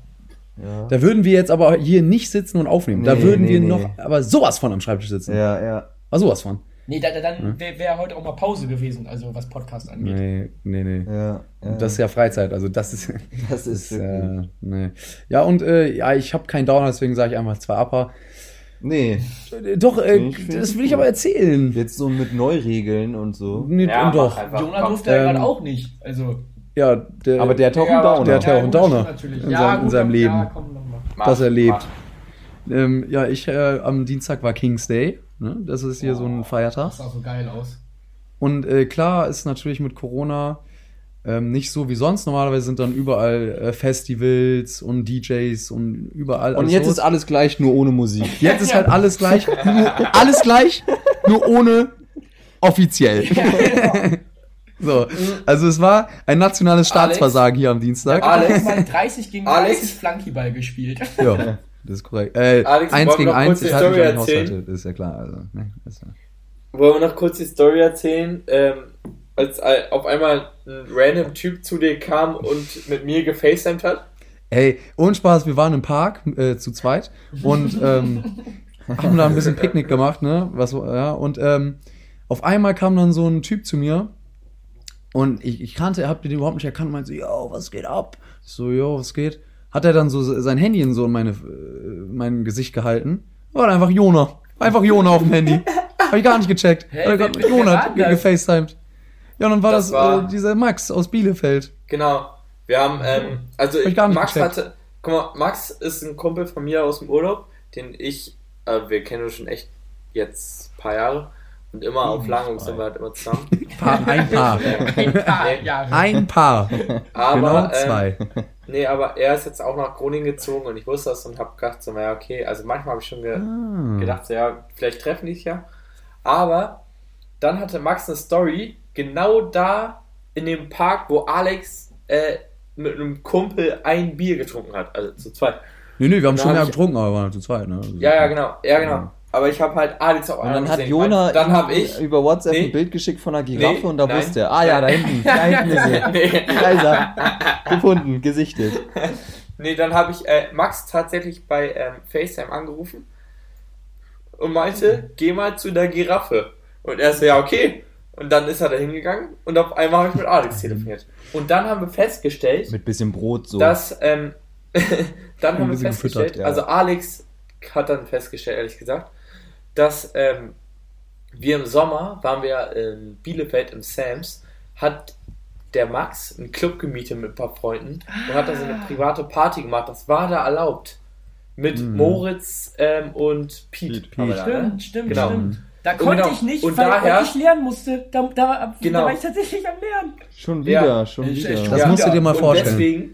[SPEAKER 3] ja.
[SPEAKER 2] Da würden wir jetzt aber hier nicht sitzen und aufnehmen. da
[SPEAKER 3] Nee,
[SPEAKER 2] würden
[SPEAKER 3] nee,
[SPEAKER 2] wir
[SPEAKER 3] nee.
[SPEAKER 2] noch, aber sowas von am Schreibtisch sitzen.
[SPEAKER 3] ja, ja.
[SPEAKER 2] Aber sowas von.
[SPEAKER 4] Nee, da, da, dann wäre wär heute auch mal Pause gewesen, also was Podcast angeht.
[SPEAKER 2] Hm? Nee, nee, nee.
[SPEAKER 3] ja, ja.
[SPEAKER 2] Das ist ja Freizeit, also das ist.
[SPEAKER 3] das ist wirklich-
[SPEAKER 2] äh, nee. Ja, und äh, ja, ich habe keinen Downer, deswegen sage ich einfach zwei Upper.
[SPEAKER 3] Nee,
[SPEAKER 2] Äh, Doch, äh,
[SPEAKER 3] Ich find's
[SPEAKER 2] das will ich
[SPEAKER 3] gut.
[SPEAKER 2] aber erzählen.
[SPEAKER 3] jetzt so mit Neuregeln und so.
[SPEAKER 2] Nee,
[SPEAKER 1] Ja,
[SPEAKER 2] und
[SPEAKER 1] mach
[SPEAKER 2] doch.
[SPEAKER 1] einfach.
[SPEAKER 4] Jonah
[SPEAKER 1] Komm.
[SPEAKER 4] durfte ja
[SPEAKER 2] Ähm,
[SPEAKER 4] gerade auch nicht. Also,
[SPEAKER 2] Ja, der,
[SPEAKER 3] Aber der hat auch
[SPEAKER 1] Ja,
[SPEAKER 3] einen
[SPEAKER 1] aber-
[SPEAKER 3] Downer.
[SPEAKER 2] der hat ja auch einen
[SPEAKER 4] gut, das stimmt
[SPEAKER 2] Downer
[SPEAKER 4] Natürlich.
[SPEAKER 2] in
[SPEAKER 4] ja,
[SPEAKER 2] seinem- in
[SPEAKER 4] gut,
[SPEAKER 2] seinem
[SPEAKER 4] dann-
[SPEAKER 2] Leben.
[SPEAKER 4] Ja, komm, dann mach.
[SPEAKER 1] Mach,
[SPEAKER 2] das erlebt.
[SPEAKER 1] mach.
[SPEAKER 2] Ähm, ja, ich äh, am Dienstag war King's Day. Ne? Das ist hier so ein
[SPEAKER 4] Oh,
[SPEAKER 2] Feiertag.
[SPEAKER 4] Das sah so geil aus.
[SPEAKER 2] Und äh, klar ist natürlich mit Corona Ähm, nicht so wie sonst. Normalerweise sind dann überall äh, Festivals und DJs und überall.
[SPEAKER 3] Und
[SPEAKER 2] alles
[SPEAKER 3] jetzt
[SPEAKER 2] los.
[SPEAKER 3] ist alles gleich, nur ohne Musik.
[SPEAKER 2] jetzt ist halt alles gleich. Nur, alles gleich, nur ohne offiziell. So, also es war ein nationales Staatsversagen hier am Dienstag.
[SPEAKER 1] Ja,
[SPEAKER 4] Alex.
[SPEAKER 1] Alex.
[SPEAKER 4] mal 30 gegen
[SPEAKER 1] Alex.
[SPEAKER 4] 30 Flunkyball gespielt.
[SPEAKER 2] Ja, das ist korrekt. Äh,
[SPEAKER 1] Alex,
[SPEAKER 2] eins
[SPEAKER 1] wollen wir
[SPEAKER 2] gegen
[SPEAKER 1] noch kurz
[SPEAKER 2] eins
[SPEAKER 1] die
[SPEAKER 2] ist halt nicht
[SPEAKER 1] Story
[SPEAKER 2] am
[SPEAKER 1] erzählen?
[SPEAKER 2] Haushalt, ist ja klar. Also, ne, ist ja.
[SPEAKER 1] Wollen wir noch kurz die Story erzählen? Ähm, als äh, auf einmal ein random Typ zu dir kam und mit mir gefacetimed hat.
[SPEAKER 2] Ey, ohne Spaß, wir waren im Park äh, zu zweit und ähm, haben da ein bisschen Picknick gemacht, ne? Was, ja, und ähm, auf einmal kam dann so ein Typ zu mir und ich, ich kannte, hab den überhaupt nicht erkannt und meinte so, yo, was geht ab? Ich so, yo, was geht? Hat er dann so sein Handy in so in meine, äh, mein Gesicht gehalten. War einfach Jona. Einfach Jona auf dem Handy. Hab ich gar nicht gecheckt.
[SPEAKER 4] Hä,
[SPEAKER 2] Hat er gerade
[SPEAKER 4] wer-
[SPEAKER 2] mit
[SPEAKER 4] wer
[SPEAKER 2] Jona
[SPEAKER 4] war das?
[SPEAKER 2] ge- gefacetimed. Ja, und dann war das,
[SPEAKER 1] Das war-
[SPEAKER 2] äh, dieser Max aus Bielefeld.
[SPEAKER 1] Genau. Wir haben, ähm, also
[SPEAKER 2] Hm. Hab ich gar nicht
[SPEAKER 1] Max
[SPEAKER 2] gecheckt.
[SPEAKER 1] hatte, guck mal, Max ist ein Kumpel von mir aus dem Urlaub, den ich, äh, wir kennen uns schon echt jetzt ein paar Jahre und immer
[SPEAKER 2] Hm,
[SPEAKER 1] auf Langung sind wir halt immer zusammen.
[SPEAKER 2] Paar, ein Paar.
[SPEAKER 4] Ein paar Jahre.
[SPEAKER 2] Ein Paar.
[SPEAKER 1] Aber,
[SPEAKER 2] genau zwei.
[SPEAKER 1] Ähm, nee, aber er ist jetzt auch nach Groningen gezogen und ich wusste das und hab gedacht so, naja, okay, also manchmal habe ich schon ge
[SPEAKER 2] Ah.
[SPEAKER 1] gedacht, so, ja, vielleicht treffen die sich ja. Aber dann hatte Max eine Story, genau da in dem Park, wo Alex äh, mit einem Kumpel ein Bier getrunken hat, also zu zweit.
[SPEAKER 2] Nee, nee, wir haben
[SPEAKER 1] Da Genau,
[SPEAKER 2] schon
[SPEAKER 1] hab
[SPEAKER 2] mehr
[SPEAKER 1] ich-
[SPEAKER 2] getrunken, aber wir waren zu zweit, ne?
[SPEAKER 1] Ja, ja, genau, ja, genau. Aber ich habe halt Alex auch
[SPEAKER 3] Mhm. Und dann hat
[SPEAKER 1] gesehen.
[SPEAKER 3] Jona
[SPEAKER 1] Dann
[SPEAKER 3] ihm
[SPEAKER 1] habe ich.
[SPEAKER 3] über WhatsApp
[SPEAKER 1] Nee.
[SPEAKER 3] ein Bild geschickt von einer Giraffe
[SPEAKER 1] Nee.
[SPEAKER 3] und da
[SPEAKER 1] Nein.
[SPEAKER 3] wusste er, ah ja, da hinten, da hinten ist er.
[SPEAKER 1] nee,
[SPEAKER 3] Da ist er. Gefunden, gesichtet.
[SPEAKER 1] nee, dann habe ich äh, Max tatsächlich bei ähm, FaceTime angerufen und meinte, geh mal zu der Giraffe. Und er so, ja, okay. Und dann ist er da hingegangen und auf einmal habe ich mit Alex telefoniert. Und dann haben wir festgestellt,
[SPEAKER 3] Mit bisschen Brot so.
[SPEAKER 1] dass ähm, dann haben wir
[SPEAKER 2] bisschen
[SPEAKER 1] festgestellt,
[SPEAKER 3] gefüttert, ja.
[SPEAKER 1] also Alex hat dann festgestellt, ehrlich gesagt, dass ähm, wir im Sommer waren wir in Bielefeld im Sams, hat der Max einen Club gemietet mit ein paar Freunden und hat da so eine private Party gemacht. Das war da erlaubt. Mit Moritz ähm, und Pete.
[SPEAKER 3] Piet,
[SPEAKER 1] haben wir da, ne?
[SPEAKER 4] Stimmt, stimmt,
[SPEAKER 1] Genau.
[SPEAKER 2] Mhm.
[SPEAKER 4] stimmt. Da konnte
[SPEAKER 1] Genau.
[SPEAKER 4] ich nicht,
[SPEAKER 1] Und
[SPEAKER 4] weil
[SPEAKER 1] daher-
[SPEAKER 4] weil ich lernen musste. Da, da,
[SPEAKER 1] Genau.
[SPEAKER 4] da war ich tatsächlich am Lernen.
[SPEAKER 3] Schon wieder,
[SPEAKER 1] Ja.
[SPEAKER 3] schon
[SPEAKER 4] Ich-
[SPEAKER 3] wieder.
[SPEAKER 4] ich-
[SPEAKER 2] Das
[SPEAKER 1] Ja.
[SPEAKER 2] musst du dir mal
[SPEAKER 1] und
[SPEAKER 2] vorstellen.
[SPEAKER 1] Deswegen,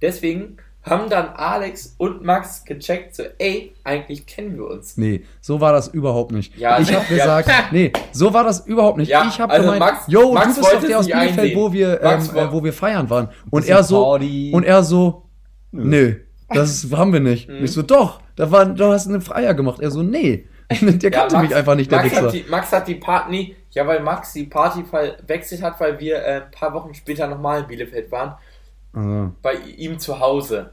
[SPEAKER 1] deswegen haben dann Alex und Max gecheckt, so, ey, eigentlich kennen wir uns.
[SPEAKER 2] Nee, so war das überhaupt nicht.
[SPEAKER 1] Ja,
[SPEAKER 2] ich habe
[SPEAKER 1] ja.
[SPEAKER 2] gesagt, nee, so war das überhaupt nicht.
[SPEAKER 1] Ja,
[SPEAKER 2] ich habe
[SPEAKER 1] also
[SPEAKER 2] gemeint,
[SPEAKER 1] Max-
[SPEAKER 2] yo,
[SPEAKER 1] Max
[SPEAKER 2] du bist doch
[SPEAKER 1] wollte
[SPEAKER 2] der
[SPEAKER 1] es
[SPEAKER 2] aus
[SPEAKER 1] nicht
[SPEAKER 2] Bielefeld,
[SPEAKER 1] einsehen.
[SPEAKER 2] wo wir, ähm,
[SPEAKER 1] Max
[SPEAKER 2] äh,
[SPEAKER 1] wo-
[SPEAKER 2] wo wir feiern waren. Und
[SPEAKER 3] Bisschen
[SPEAKER 2] er so,
[SPEAKER 3] Party.
[SPEAKER 2] und er so, nö, das haben wir nicht.
[SPEAKER 1] Mhm.
[SPEAKER 2] Ich so, doch, da war, du hast einen Freier gemacht. Er so, nee, der
[SPEAKER 1] Ja,
[SPEAKER 2] kannte mich einfach nicht, der
[SPEAKER 1] Max
[SPEAKER 2] Wichser.
[SPEAKER 1] hat, die, Max hat die Party, ja, weil Max die Party verwechselt hat, weil wir äh, ein paar Wochen später nochmal in Bielefeld waren,
[SPEAKER 2] Also,
[SPEAKER 1] bei ihm zu Hause.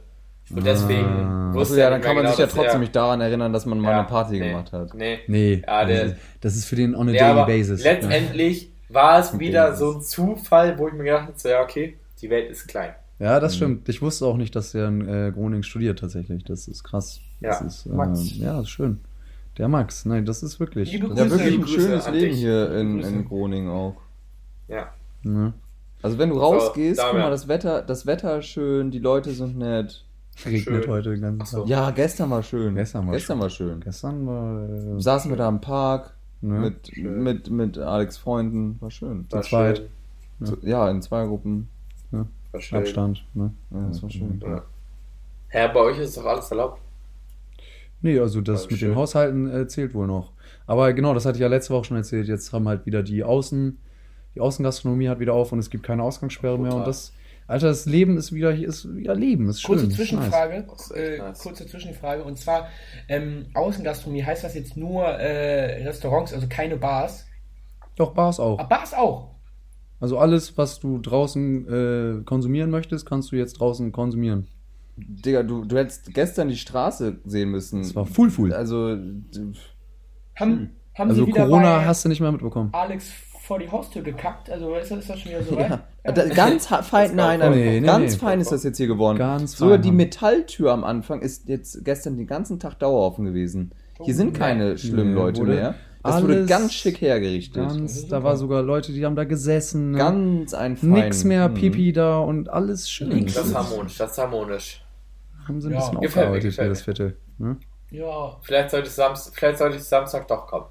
[SPEAKER 1] Und deswegen
[SPEAKER 2] Ah.
[SPEAKER 1] wusste
[SPEAKER 3] Also ja,
[SPEAKER 1] er
[SPEAKER 3] dann
[SPEAKER 1] nicht
[SPEAKER 3] kann
[SPEAKER 1] mehr
[SPEAKER 3] man sich
[SPEAKER 1] genau,
[SPEAKER 3] ja
[SPEAKER 1] dass
[SPEAKER 3] trotzdem
[SPEAKER 1] er-
[SPEAKER 3] nicht daran erinnern, dass man mal
[SPEAKER 1] Ja,
[SPEAKER 3] eine Party
[SPEAKER 1] nee,
[SPEAKER 3] gemacht hat.
[SPEAKER 1] Nee.
[SPEAKER 2] nee,
[SPEAKER 1] Ja, der-
[SPEAKER 2] das, ist, das ist für den on a
[SPEAKER 1] ja,
[SPEAKER 2] daily
[SPEAKER 1] aber
[SPEAKER 2] basis. ne?
[SPEAKER 1] letztendlich war es wieder
[SPEAKER 3] Basis.
[SPEAKER 1] so ein Zufall, wo ich mir gedacht habe, so, ja, okay, die Welt ist klein.
[SPEAKER 2] Ja,
[SPEAKER 1] Mhm.
[SPEAKER 2] das stimmt. Ich wusste auch nicht, dass er in äh, Groningen studiert tatsächlich. Das ist krass. Das
[SPEAKER 1] Ja,
[SPEAKER 2] ist, äh,
[SPEAKER 1] Max.
[SPEAKER 2] Ja, ist schön. Der Max, nein, das ist wirklich.
[SPEAKER 4] Liebe
[SPEAKER 2] das,
[SPEAKER 3] Ja,
[SPEAKER 4] Grüße,
[SPEAKER 3] wirklich ein
[SPEAKER 1] Grüße
[SPEAKER 3] schönes
[SPEAKER 1] an
[SPEAKER 3] Leben
[SPEAKER 1] dich.
[SPEAKER 3] hier in,
[SPEAKER 1] Grüße.
[SPEAKER 3] in Groningen auch.
[SPEAKER 1] Ja.
[SPEAKER 2] ne?
[SPEAKER 3] Also wenn du rausgehst,
[SPEAKER 1] da
[SPEAKER 3] guck
[SPEAKER 1] wär-
[SPEAKER 3] mal, das Wetter, das Wetter ist schön, die Leute sind nett.
[SPEAKER 2] Regnet
[SPEAKER 1] Schön.
[SPEAKER 2] heute den ganzen Tag.
[SPEAKER 1] so.
[SPEAKER 3] Ja, gestern war schön.
[SPEAKER 2] Gestern war
[SPEAKER 3] gestern war schön.
[SPEAKER 2] Gestern war. Äh,
[SPEAKER 3] Saßen wir da im Park
[SPEAKER 2] ne?
[SPEAKER 3] mit, mit, mit Alex Freunden, war schön.
[SPEAKER 1] War
[SPEAKER 2] zweit.
[SPEAKER 1] schön,
[SPEAKER 3] So, ja, in Zweiergruppen.
[SPEAKER 1] War schön.
[SPEAKER 2] Abstand. Ne?
[SPEAKER 3] Ja, das war schön.
[SPEAKER 1] Ja. Hä, bei euch ist doch alles erlaubt.
[SPEAKER 2] Nee, also das
[SPEAKER 1] War
[SPEAKER 2] mit
[SPEAKER 1] schön.
[SPEAKER 2] den Haushalten äh, zählt wohl noch. Aber genau, das hatte ich ja letzte Woche schon erzählt. Jetzt haben halt wieder die Außen. Die Außengastronomie hat wieder auf und es gibt keine Ausgangssperre mehr. Und
[SPEAKER 1] Brutal.
[SPEAKER 2] das. Alter, das Leben ist wieder. Ist wieder Leben. Ist schön.
[SPEAKER 4] Kurze
[SPEAKER 2] ist
[SPEAKER 4] Zwischenfrage.
[SPEAKER 1] Das ist echt
[SPEAKER 4] Äh,
[SPEAKER 1] nice.
[SPEAKER 4] kurze Zwischenfrage. Und zwar, ähm, Außengastronomie, heißt das jetzt nur äh, Restaurants, also keine Bars?
[SPEAKER 2] Nice. Doch, Bars auch.
[SPEAKER 4] Aber Bars auch.
[SPEAKER 2] Also alles, was du draußen äh, konsumieren möchtest, kannst du jetzt draußen konsumieren.
[SPEAKER 3] Digga, du, du hättest gestern die Straße sehen müssen.
[SPEAKER 2] Das war full full.
[SPEAKER 3] Also, d-
[SPEAKER 4] Haben, haben
[SPEAKER 2] Also
[SPEAKER 4] sie wieder
[SPEAKER 2] Corona
[SPEAKER 4] bei
[SPEAKER 2] hast du nicht mehr mitbekommen.
[SPEAKER 4] Alex vor die Haustür gekackt? Also ist das, ist das schon wieder so weit?
[SPEAKER 3] ja. Äh, Da- Ganz ha- fein, nein, nein,
[SPEAKER 2] Nee, nee,
[SPEAKER 3] ganz
[SPEAKER 2] nee.
[SPEAKER 3] fein ist das jetzt hier geworden.
[SPEAKER 2] Ganz
[SPEAKER 3] Sogar
[SPEAKER 2] fein,
[SPEAKER 3] die
[SPEAKER 2] Mann.
[SPEAKER 3] Metalltür am Anfang ist jetzt gestern den ganzen Tag daueroffen gewesen. Hier sind keine schlimmen
[SPEAKER 2] Oh, Nee,
[SPEAKER 3] Leute
[SPEAKER 2] wurde
[SPEAKER 3] mehr. Das wurde
[SPEAKER 2] alles
[SPEAKER 3] ganz schick hergerichtet. Ganz,
[SPEAKER 2] Ganz, da war sogar Leute, die haben da gesessen. ne?
[SPEAKER 3] ein fein.
[SPEAKER 2] nix mehr
[SPEAKER 3] Mhm.
[SPEAKER 2] Pipi da und alles schön.
[SPEAKER 1] Das ist harmonisch, das ist harmonisch.
[SPEAKER 2] Haben sie ein
[SPEAKER 4] Ja,
[SPEAKER 1] gefällt
[SPEAKER 2] bisschen
[SPEAKER 1] mir,
[SPEAKER 2] aufgearbeitet für
[SPEAKER 1] gefällt
[SPEAKER 2] das Viertel. Ne?
[SPEAKER 4] Ja.
[SPEAKER 1] Vielleicht sollte ich, Samst vielleicht sollte ich Samstag doch kommen.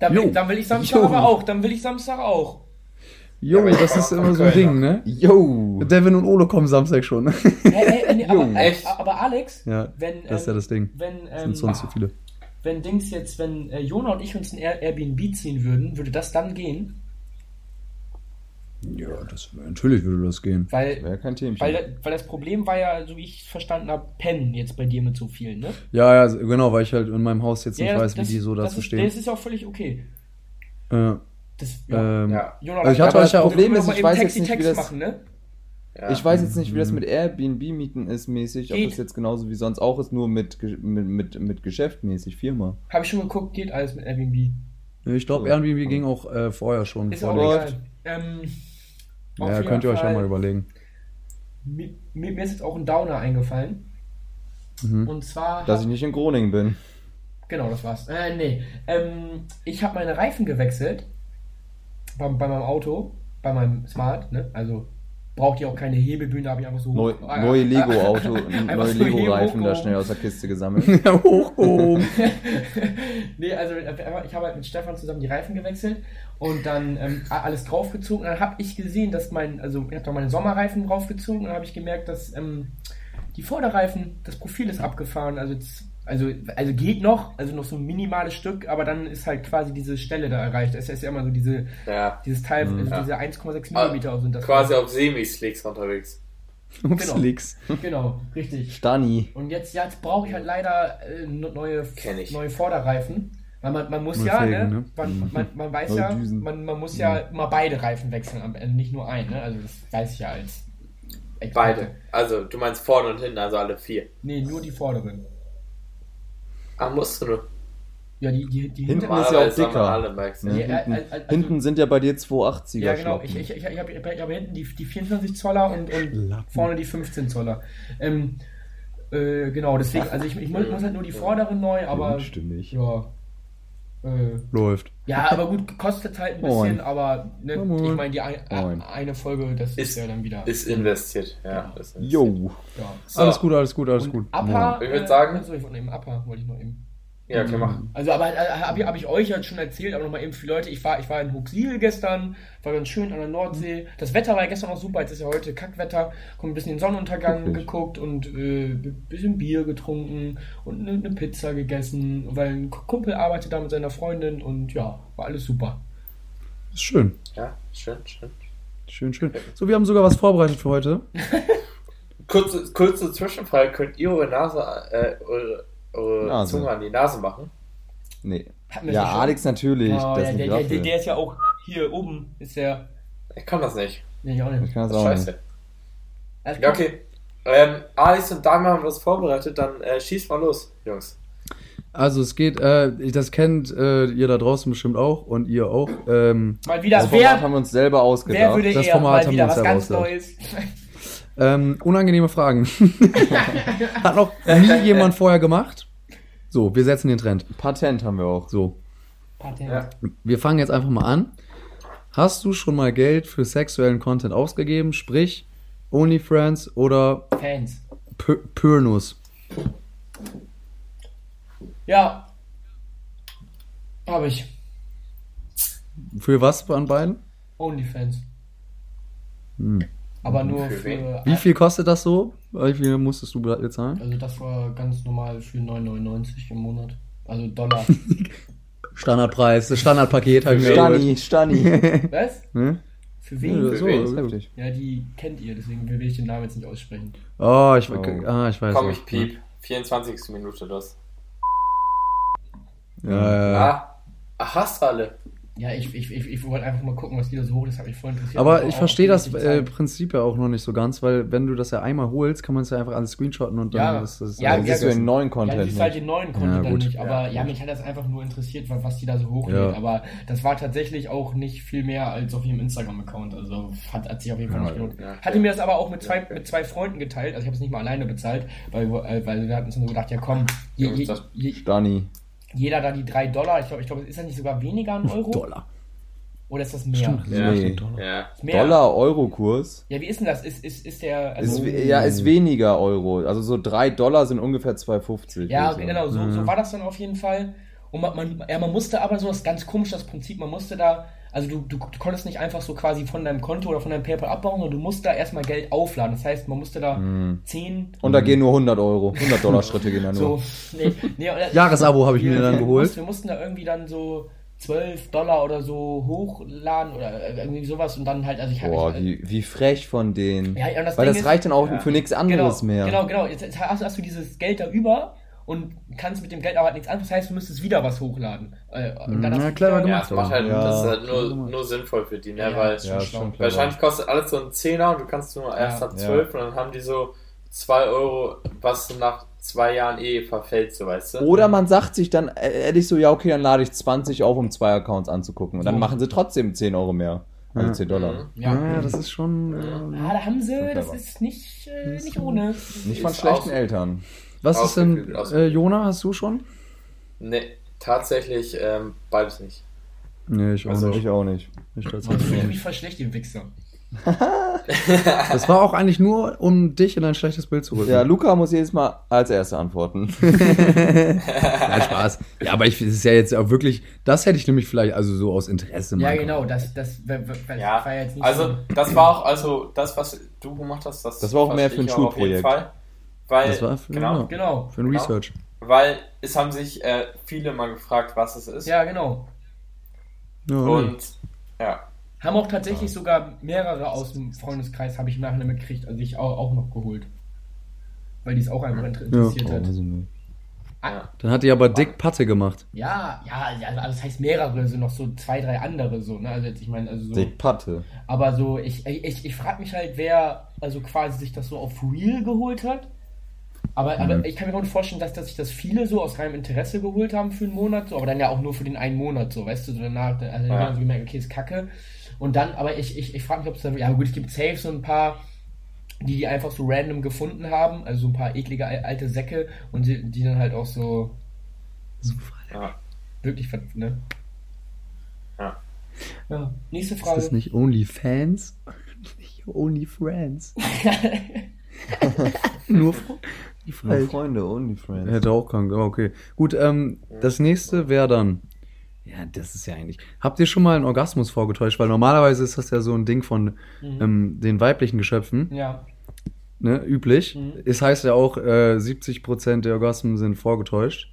[SPEAKER 4] Dann
[SPEAKER 2] Jo.
[SPEAKER 4] will, dann will ich Samstag
[SPEAKER 2] Jo.
[SPEAKER 4] aber auch. Dann will ich Samstag auch.
[SPEAKER 2] Jo,
[SPEAKER 1] Ja, aber
[SPEAKER 2] das
[SPEAKER 1] ich
[SPEAKER 2] ist
[SPEAKER 1] war
[SPEAKER 2] immer
[SPEAKER 1] von
[SPEAKER 2] so ein
[SPEAKER 1] Köln,
[SPEAKER 2] Ding, ne?
[SPEAKER 3] Yo!
[SPEAKER 2] Devin und Ole kommen Samstag schon.
[SPEAKER 4] Hey, hey, nee, aber,
[SPEAKER 3] Junge.
[SPEAKER 1] Echt?
[SPEAKER 4] aber Alex,
[SPEAKER 2] ja,
[SPEAKER 4] wenn,
[SPEAKER 2] das ist ja
[SPEAKER 4] ähm,
[SPEAKER 2] das Ding.
[SPEAKER 4] wenn,
[SPEAKER 2] Das
[SPEAKER 4] ähm,
[SPEAKER 2] sind sonst so viele.
[SPEAKER 4] wenn Dings jetzt, wenn äh, Jona und ich uns ein Air Airbnb ziehen würden, würde das dann gehen?
[SPEAKER 2] Ja, das, natürlich würde das gehen.
[SPEAKER 4] Weil,
[SPEAKER 3] Wäre kein Thema.
[SPEAKER 4] weil, weil das Problem war ja, so wie ich verstanden habe, Pennen jetzt bei dir mit so viel, ne?
[SPEAKER 2] Ja, ja, genau, weil ich halt in meinem Haus jetzt nicht
[SPEAKER 4] das-
[SPEAKER 2] weiß, wie
[SPEAKER 4] das-
[SPEAKER 2] die so
[SPEAKER 4] das
[SPEAKER 2] dazu
[SPEAKER 4] ist,
[SPEAKER 2] stehen.
[SPEAKER 4] Das ist auch völlig okay.
[SPEAKER 2] Äh,
[SPEAKER 4] Das, ja.
[SPEAKER 2] ähm,
[SPEAKER 1] Ja.
[SPEAKER 4] Jona,
[SPEAKER 2] also ich hatte
[SPEAKER 3] Aber
[SPEAKER 2] euch
[SPEAKER 3] das
[SPEAKER 2] ja auch.
[SPEAKER 3] Problem-
[SPEAKER 4] Problem
[SPEAKER 3] ist, ich weiß jetzt nicht, wie das-
[SPEAKER 4] machen, ne?
[SPEAKER 1] Ja.
[SPEAKER 3] Ich weiß jetzt nicht, wie
[SPEAKER 2] Mhm.
[SPEAKER 3] das mit Airbnb-Mieten ist mäßig, ob
[SPEAKER 4] Geht.
[SPEAKER 3] das jetzt genauso wie sonst auch ist, nur mit, Ge- mit, mit, mit Geschäft mäßig, Firma.
[SPEAKER 4] Habe ich schon geguckt, geht alles mit Airbnb.
[SPEAKER 2] Ich glaube,
[SPEAKER 4] Hm.
[SPEAKER 2] Airbnb ging auch äh, vorher schon.
[SPEAKER 4] Ist
[SPEAKER 2] vor
[SPEAKER 4] auch
[SPEAKER 2] längst.
[SPEAKER 3] läuft.
[SPEAKER 4] egal. Ähm, auf
[SPEAKER 2] ja,
[SPEAKER 4] jeden
[SPEAKER 2] könnt ihr euch ja
[SPEAKER 4] Fall-
[SPEAKER 2] mal überlegen.
[SPEAKER 4] Mir, mir mir ist jetzt auch ein Downer eingefallen.
[SPEAKER 2] Mhm.
[SPEAKER 4] Und zwar.
[SPEAKER 3] Dass
[SPEAKER 4] hab-
[SPEAKER 3] ich nicht in Groningen bin.
[SPEAKER 4] Genau, das war's. Äh, nee. Ähm, ich habe meine Reifen gewechselt. Bei, bei meinem Auto. Bei meinem Smart, ne? Also braucht ihr auch keine Hebebühne, habe ich einfach so.
[SPEAKER 3] Neu,
[SPEAKER 4] Ah,
[SPEAKER 3] neue
[SPEAKER 4] ah,
[SPEAKER 3] Lego-Auto,
[SPEAKER 4] Einfach
[SPEAKER 3] neue
[SPEAKER 4] so hier
[SPEAKER 3] Lego-Reifen da
[SPEAKER 4] hochgehoben.
[SPEAKER 3] schnell aus der Kiste gesammelt.
[SPEAKER 2] Ja, hochgehoben.
[SPEAKER 4] nee, also äh, ich habe halt mit Stefan zusammen die Reifen gewechselt und dann ähm, a- alles draufgezogen. Und dann habe ich gesehen, dass mein, also ich habe noch meine Sommerreifen draufgezogen und dann habe ich gemerkt, dass ähm, die Vorderreifen, das Profil ist abgefahren. Also, jetzt- also, also geht noch, also noch so ein minimales Stück, aber dann ist halt quasi diese Stelle da erreicht. Es ist ja immer so diese,
[SPEAKER 1] Ja.
[SPEAKER 4] dieses Teil, also
[SPEAKER 1] Mhm. Ja.
[SPEAKER 4] diese 1,6
[SPEAKER 1] Ah,
[SPEAKER 4] Millimeter sind das.
[SPEAKER 1] Quasi auf Semi-Slicks unterwegs.
[SPEAKER 2] Ups,
[SPEAKER 4] Genau.
[SPEAKER 2] Licks.
[SPEAKER 4] Genau, richtig.
[SPEAKER 3] Stani.
[SPEAKER 4] Und jetzt, ja, jetzt brauche ich halt leider äh, ne- neue,
[SPEAKER 1] Kenn ich.
[SPEAKER 4] neue Vorderreifen. Weil man, man muss
[SPEAKER 2] Neue
[SPEAKER 4] ja,
[SPEAKER 2] Felgen,
[SPEAKER 4] ne?
[SPEAKER 2] ne?
[SPEAKER 4] Man, man, man weiß
[SPEAKER 3] Neue
[SPEAKER 4] ja,
[SPEAKER 3] Düsen.
[SPEAKER 4] man, man muss ja
[SPEAKER 2] Mhm.
[SPEAKER 4] immer beide Reifen wechseln, am Ende, nicht nur einen, ne? Also das weiß ich ja als Experte.
[SPEAKER 1] Beide. Also, du meinst vorne und hinten, also alle vier.
[SPEAKER 4] Nee, nur die vorderen.
[SPEAKER 1] Ah, musst du nur.
[SPEAKER 4] Ja, die, die, die
[SPEAKER 3] Hinten
[SPEAKER 4] hinteren.
[SPEAKER 3] ist
[SPEAKER 1] Normalerweise haben wir
[SPEAKER 3] ja auch dicker.
[SPEAKER 1] alle, merkst du.
[SPEAKER 3] Ne?
[SPEAKER 4] Ja, äh,
[SPEAKER 3] hinten,
[SPEAKER 4] also-
[SPEAKER 3] hinten sind ja bei dir 280er
[SPEAKER 4] Ja, genau. Ich,
[SPEAKER 3] Schlappen.
[SPEAKER 4] ich, ich, ich habe ich hab hinten die, die 24 Zoller und, und
[SPEAKER 2] Schlappen.
[SPEAKER 4] vorne die 15 Zoller. Ähm, äh, genau, deswegen, also ich, ich muss muss halt nur die vorderen neu, aber.
[SPEAKER 3] Unstimmig.
[SPEAKER 4] Ja. Äh,
[SPEAKER 2] Läuft.
[SPEAKER 4] Ja, aber gut, kostet halt ein bisschen,
[SPEAKER 3] Moin.
[SPEAKER 4] aber ne,
[SPEAKER 2] Moin.
[SPEAKER 4] ich meine, die ein,
[SPEAKER 3] Moin.
[SPEAKER 4] a- eine Folge, das ist,
[SPEAKER 1] Ist-
[SPEAKER 4] ja dann wieder.
[SPEAKER 1] Ist investiert. Ja, ist investiert. Ah,
[SPEAKER 3] Yo.
[SPEAKER 4] ja.
[SPEAKER 1] So.
[SPEAKER 2] Alles gut, alles gut, alles
[SPEAKER 4] Und
[SPEAKER 2] gut.
[SPEAKER 4] Appa,
[SPEAKER 1] Ich würd sagen-
[SPEAKER 4] Achso, ich wollte eben Appa, wollte ich noch eben.
[SPEAKER 1] Ja, okay, mach.
[SPEAKER 4] Also, aber habe hab ich euch ja schon erzählt, aber nochmal eben für die Leute, ich war, ich war in Huxil gestern, war ganz schön an der Nordsee. Das Wetter war ja gestern auch super, jetzt ist ja heute Kackwetter, kommt ein bisschen den Sonnenuntergang
[SPEAKER 3] Wirklich?
[SPEAKER 4] geguckt und äh, ein bisschen Bier getrunken und eine ne Pizza gegessen, weil ein Kumpel arbeitet da mit seiner Freundin und ja, war alles super.
[SPEAKER 2] Ist schön.
[SPEAKER 1] Ja, schön, schön.
[SPEAKER 2] Schön, schön. So, wir haben sogar was vorbereitet für heute.
[SPEAKER 1] Kurze, kurze Zwischenfrage. Könnt ihr eure Nase, äh, eure, eure
[SPEAKER 3] Nase.
[SPEAKER 1] Zunge an die Nase machen?
[SPEAKER 3] Nee.
[SPEAKER 4] Hatten wir
[SPEAKER 3] Ja,
[SPEAKER 4] schon?
[SPEAKER 3] Alex natürlich.
[SPEAKER 4] Oh,
[SPEAKER 3] das ist
[SPEAKER 4] der,
[SPEAKER 3] ein
[SPEAKER 4] der, der,
[SPEAKER 3] Graffel.
[SPEAKER 4] der ist ja auch hier oben. Ist der.
[SPEAKER 1] Ich kann das nicht.
[SPEAKER 4] Nee, ich auch
[SPEAKER 3] Ich
[SPEAKER 4] nicht.
[SPEAKER 3] kann
[SPEAKER 1] Das
[SPEAKER 3] das
[SPEAKER 1] ist
[SPEAKER 3] auch
[SPEAKER 1] scheiße.
[SPEAKER 3] nicht.
[SPEAKER 4] Also,
[SPEAKER 1] Ja, okay. Ähm, Alex und Daniel haben was vorbereitet, dann äh, schieß mal los, Jungs.
[SPEAKER 2] Also, es geht, äh, das kennt äh, ihr da draußen bestimmt auch und ihr auch. Ähm,
[SPEAKER 4] Mal
[SPEAKER 3] Das
[SPEAKER 4] wieder,
[SPEAKER 3] Format
[SPEAKER 4] wer,
[SPEAKER 3] haben wir uns selber ausgedacht.
[SPEAKER 4] wer würde
[SPEAKER 2] Das
[SPEAKER 4] eher
[SPEAKER 2] Format
[SPEAKER 4] mal
[SPEAKER 2] haben
[SPEAKER 4] wieder
[SPEAKER 2] wir uns
[SPEAKER 4] was ganz
[SPEAKER 2] herausgedacht.
[SPEAKER 4] Neues?
[SPEAKER 2] Ähm, unangenehme Fragen. Hat noch nie jemand vorher gemacht. So, wir setzen den Trend.
[SPEAKER 3] Patent haben wir auch.
[SPEAKER 2] So,
[SPEAKER 4] Patent.
[SPEAKER 1] Ja.
[SPEAKER 2] wir fangen jetzt einfach mal an. Hast du schon mal Geld für sexuellen Content ausgegeben? Sprich, OnlyFriends oder
[SPEAKER 4] Fans.
[SPEAKER 2] P Pyrnus?
[SPEAKER 4] Ja. Habe ich.
[SPEAKER 2] Für was an beiden?
[SPEAKER 4] Onlyfans. Aber nur
[SPEAKER 1] Für
[SPEAKER 4] für.
[SPEAKER 1] wen?
[SPEAKER 2] Hm. Wie viel kostet das so? Wie viel musstest du bezahlen?
[SPEAKER 4] Also, das war ganz normal für 9,99 im Monat. Also Dollar.
[SPEAKER 2] Standardpreis, das Standardpaket habe ich mir geholt.
[SPEAKER 3] Stani, Stani.
[SPEAKER 4] was?
[SPEAKER 2] Ne?
[SPEAKER 4] Für
[SPEAKER 2] Ja,
[SPEAKER 4] wen?
[SPEAKER 2] so,
[SPEAKER 1] wen?
[SPEAKER 2] ja, gut.
[SPEAKER 4] Ja, die kennt ihr, deswegen will ich den Namen jetzt nicht aussprechen.
[SPEAKER 2] Oh, ich,
[SPEAKER 3] Oh.
[SPEAKER 2] Ah, ich weiß
[SPEAKER 1] Komm,
[SPEAKER 2] nicht.
[SPEAKER 1] ich piep. 24. Minute, das.
[SPEAKER 2] Ja, ja.
[SPEAKER 1] Ah, ach, hast alle.
[SPEAKER 4] Ja, ich, ich, ich, ich wollte einfach mal gucken, was die da so hoch ist. Hat mich voll interessiert.
[SPEAKER 2] Aber
[SPEAKER 4] Auch
[SPEAKER 2] ich verstehe das
[SPEAKER 4] Oh, die
[SPEAKER 2] äh,
[SPEAKER 4] Zahlen.
[SPEAKER 2] Prinzip ja auch noch nicht so ganz, weil wenn du das ja einmal holst, kann man es ja einfach alles screenshotten und dann
[SPEAKER 4] Ja.
[SPEAKER 2] ist das.
[SPEAKER 4] Ja,
[SPEAKER 3] Dann
[SPEAKER 4] ja,
[SPEAKER 3] siehst du den neuen
[SPEAKER 4] Ja, du
[SPEAKER 3] Content
[SPEAKER 4] siehst
[SPEAKER 3] nicht.
[SPEAKER 4] halt den neuen Content
[SPEAKER 2] Ja,
[SPEAKER 4] dann
[SPEAKER 2] gut.
[SPEAKER 4] nicht, aber
[SPEAKER 1] Ja,
[SPEAKER 4] ja, mich hat das einfach nur interessiert, wa- was die da so
[SPEAKER 2] Ja.
[SPEAKER 4] hochlädt. Aber das war tatsächlich auch nicht viel mehr als auf ihrem Instagram-Account. Also hat, hat sich auf jeden Fall nicht gelohnt.
[SPEAKER 1] ja.
[SPEAKER 4] Hatte mir das aber auch mit zwei, mit zwei Freunden geteilt, also ich habe es nicht mal alleine bezahlt, weil, wir- äh, weil wir hatten uns dann so gedacht, ja komm, je,
[SPEAKER 1] Ja,
[SPEAKER 4] je,
[SPEAKER 1] das-
[SPEAKER 4] je,
[SPEAKER 3] Stani.
[SPEAKER 4] jeder da die drei Dollar, ich glaube, ich glaub, ist das nicht sogar weniger ein Euro?
[SPEAKER 2] Dollar.
[SPEAKER 4] Oder ist das mehr?
[SPEAKER 2] Stimmt, das
[SPEAKER 1] Ja.
[SPEAKER 2] ist echt ein Dollar.
[SPEAKER 1] Ja.
[SPEAKER 4] mehr?
[SPEAKER 3] Dollar-Euro-Kurs?
[SPEAKER 4] Ja, wie ist denn das? Ist, ist, ist der. also
[SPEAKER 3] Ist, we- ja, ist weniger Euro. Also so 3 Dollar sind ungefähr 2,50.
[SPEAKER 4] Ja,
[SPEAKER 3] würde ich
[SPEAKER 4] genau,
[SPEAKER 3] sagen.
[SPEAKER 2] Mhm.
[SPEAKER 4] so, so war das dann auf jeden Fall. Und man, man, ja, man musste aber so, das ist ganz komisch, das Prinzip, man musste da Also du, du, du konntest nicht einfach so quasi von deinem Konto oder von deinem PayPal abbauen, sondern du musst da erstmal Geld aufladen. Das heißt, man musste da
[SPEAKER 2] Mhm.
[SPEAKER 4] 10
[SPEAKER 3] Und da gehen nur 100 Euro, 100 Dollar Schritte gehen da nur.
[SPEAKER 4] so. Nee, nee, oder-
[SPEAKER 2] Jahresabo habe ich mir
[SPEAKER 4] wir-
[SPEAKER 2] dann
[SPEAKER 4] wir
[SPEAKER 2] geholt.
[SPEAKER 4] Mussten, wir mussten da irgendwie dann so 12 Dollar oder so hochladen oder irgendwie sowas und dann halt, also ich hab-
[SPEAKER 3] Boah,
[SPEAKER 4] ich,
[SPEAKER 3] wie, wie frech von denen.
[SPEAKER 4] Ja, ja, und das
[SPEAKER 3] Weil
[SPEAKER 4] Ding
[SPEAKER 3] das
[SPEAKER 4] ist-
[SPEAKER 3] reicht dann auch
[SPEAKER 4] Ja.
[SPEAKER 3] für nichts anderes
[SPEAKER 4] genau,
[SPEAKER 3] mehr.
[SPEAKER 4] Genau, genau. Jetzt, jetzt hast, hast du dieses Geld da über und kannst mit dem Geld aber halt nichts anfangen. Das heißt, du müsstest wieder was hochladen. Äh, und
[SPEAKER 2] Na,
[SPEAKER 4] dann hast du
[SPEAKER 2] Mhm. clever
[SPEAKER 4] wieder
[SPEAKER 1] Ja,
[SPEAKER 2] gemacht.
[SPEAKER 1] das macht halt,
[SPEAKER 3] Ja.
[SPEAKER 1] das ist halt nur, nur sinnvoll für die, ne?
[SPEAKER 4] Ja,
[SPEAKER 1] Weil
[SPEAKER 4] ist
[SPEAKER 3] Ja, ist schon
[SPEAKER 4] Wahrscheinlich
[SPEAKER 3] clever.
[SPEAKER 1] wahrscheinlich kostet alles so einen Zehner und du kannst nur erst
[SPEAKER 4] Ja.
[SPEAKER 1] ab
[SPEAKER 3] Ja.
[SPEAKER 1] 12 und dann haben die so 2 Euro, was du nach zwei Jahren eh verfällt, so weißt du.
[SPEAKER 3] Oder man sagt sich dann äh, ehrlich so, ja, okay, dann lade ich 20 auf, um zwei Accounts anzugucken. Und dann
[SPEAKER 4] So.
[SPEAKER 3] machen sie trotzdem 10 Euro mehr. Also
[SPEAKER 2] Ja.
[SPEAKER 3] 10 Dollar.
[SPEAKER 1] Mhm.
[SPEAKER 4] Ja.
[SPEAKER 2] Ja, das ist schon.
[SPEAKER 4] Ah,
[SPEAKER 2] Äh,
[SPEAKER 4] da haben sie, das
[SPEAKER 3] clever.
[SPEAKER 4] ist nicht, äh, nicht ohne.
[SPEAKER 3] Nicht von
[SPEAKER 1] Ist
[SPEAKER 3] schlechten
[SPEAKER 1] aus-
[SPEAKER 3] Eltern.
[SPEAKER 2] was ist denn,
[SPEAKER 1] Ausgefügelt,
[SPEAKER 2] äh,
[SPEAKER 1] ausgefügelt.
[SPEAKER 2] Jona, hast du schon?
[SPEAKER 1] Ne, tatsächlich ähm, beides nicht.
[SPEAKER 2] Nee, ich
[SPEAKER 1] Also-
[SPEAKER 3] Ich auch nicht.
[SPEAKER 2] Ich
[SPEAKER 4] Ich fühle mich voll schlecht, ihr Wichser.
[SPEAKER 2] Das war auch eigentlich nur, um dich in ein schlechtes Bild zu rücken.
[SPEAKER 3] Ja, Luca muss jedes Mal als Erster antworten.
[SPEAKER 2] Nein, Spaß. Ja, aber ich, es ist ja jetzt auch wirklich, das hätte ich nämlich vielleicht, also so aus Interesse
[SPEAKER 4] Ja,
[SPEAKER 2] mal-
[SPEAKER 4] genau, das, das wär- wär- wär-
[SPEAKER 1] Ja,
[SPEAKER 4] war jetzt nicht
[SPEAKER 1] also
[SPEAKER 4] so.
[SPEAKER 1] das war auch, also das, was du gemacht hast, das,
[SPEAKER 3] Das war auch mehr
[SPEAKER 1] verstehe
[SPEAKER 3] für
[SPEAKER 1] ich
[SPEAKER 3] ein
[SPEAKER 1] auch auf jeden
[SPEAKER 3] Schulprojekt.
[SPEAKER 1] Fall. Weil,
[SPEAKER 2] Das war für-
[SPEAKER 1] genau,
[SPEAKER 2] ja.
[SPEAKER 4] Genau.
[SPEAKER 2] Für ein
[SPEAKER 1] Genau.
[SPEAKER 2] Research.
[SPEAKER 1] weil es haben sich äh, viele mal gefragt, was es ist.
[SPEAKER 4] Ja, genau.
[SPEAKER 2] Ja, nee.
[SPEAKER 1] Und ja,
[SPEAKER 4] Haben auch tatsächlich sogar mehrere aus dem Freundeskreis, habe ich im Nachhinein mitgekriegt, also ich auch, auch noch geholt. Weil die es auch einfach inter- interessiert
[SPEAKER 3] Oh,
[SPEAKER 2] halt.
[SPEAKER 4] hat.
[SPEAKER 3] weiß ich nicht.
[SPEAKER 1] ja.
[SPEAKER 2] also, Dann hat die aber dick Patte gemacht.
[SPEAKER 4] Ja, ja, ja, also das heißt mehrere, so noch so zwei, drei andere so, ne? Also jetzt, ich meine, also so.
[SPEAKER 3] Dick Patte.
[SPEAKER 4] Aber so, ich, ich, ich frage mich halt, wer also quasi sich das so auf Real geholt hat. Aber,
[SPEAKER 2] Mhm.
[SPEAKER 4] aber ich kann mir auch nicht vorstellen, dass, dass sich das viele so aus reinem Interesse geholt haben für einen Monat, so, aber dann ja auch nur für den einen Monat, so, weißt du, so danach, also dann
[SPEAKER 1] Ja.
[SPEAKER 4] haben sie gemerkt, okay, ist kacke. Und dann, aber ich, ich, ich frage mich, ob es da, ja gut, es gibt safe so ein paar, die die einfach so random gefunden haben, also so ein paar eklige al- alte Säcke und die, die dann halt auch so
[SPEAKER 1] ja.
[SPEAKER 4] wirklich, ver- ne?
[SPEAKER 1] Ja.
[SPEAKER 4] Ja, nächste
[SPEAKER 2] Ist das
[SPEAKER 4] Frage.
[SPEAKER 2] nicht OnlyFans? Nicht OnlyFriends. nur Fre- die
[SPEAKER 3] Nur
[SPEAKER 2] Freunde.
[SPEAKER 3] Freunde, only friends.
[SPEAKER 2] Hätte auch kann, aber okay. Gut, ähm, das nächste wäre dann. Ja, das ist ja eigentlich. Habt ihr schon mal einen Orgasmus vorgetäuscht? Weil normalerweise ist das ja so ein Ding von ähm, den weiblichen Geschöpfen,
[SPEAKER 4] Mhm. Ja.
[SPEAKER 2] ne, üblich.
[SPEAKER 4] Mhm.
[SPEAKER 2] Es heißt ja auch, äh, 70% der Orgasmen sind vorgetäuscht.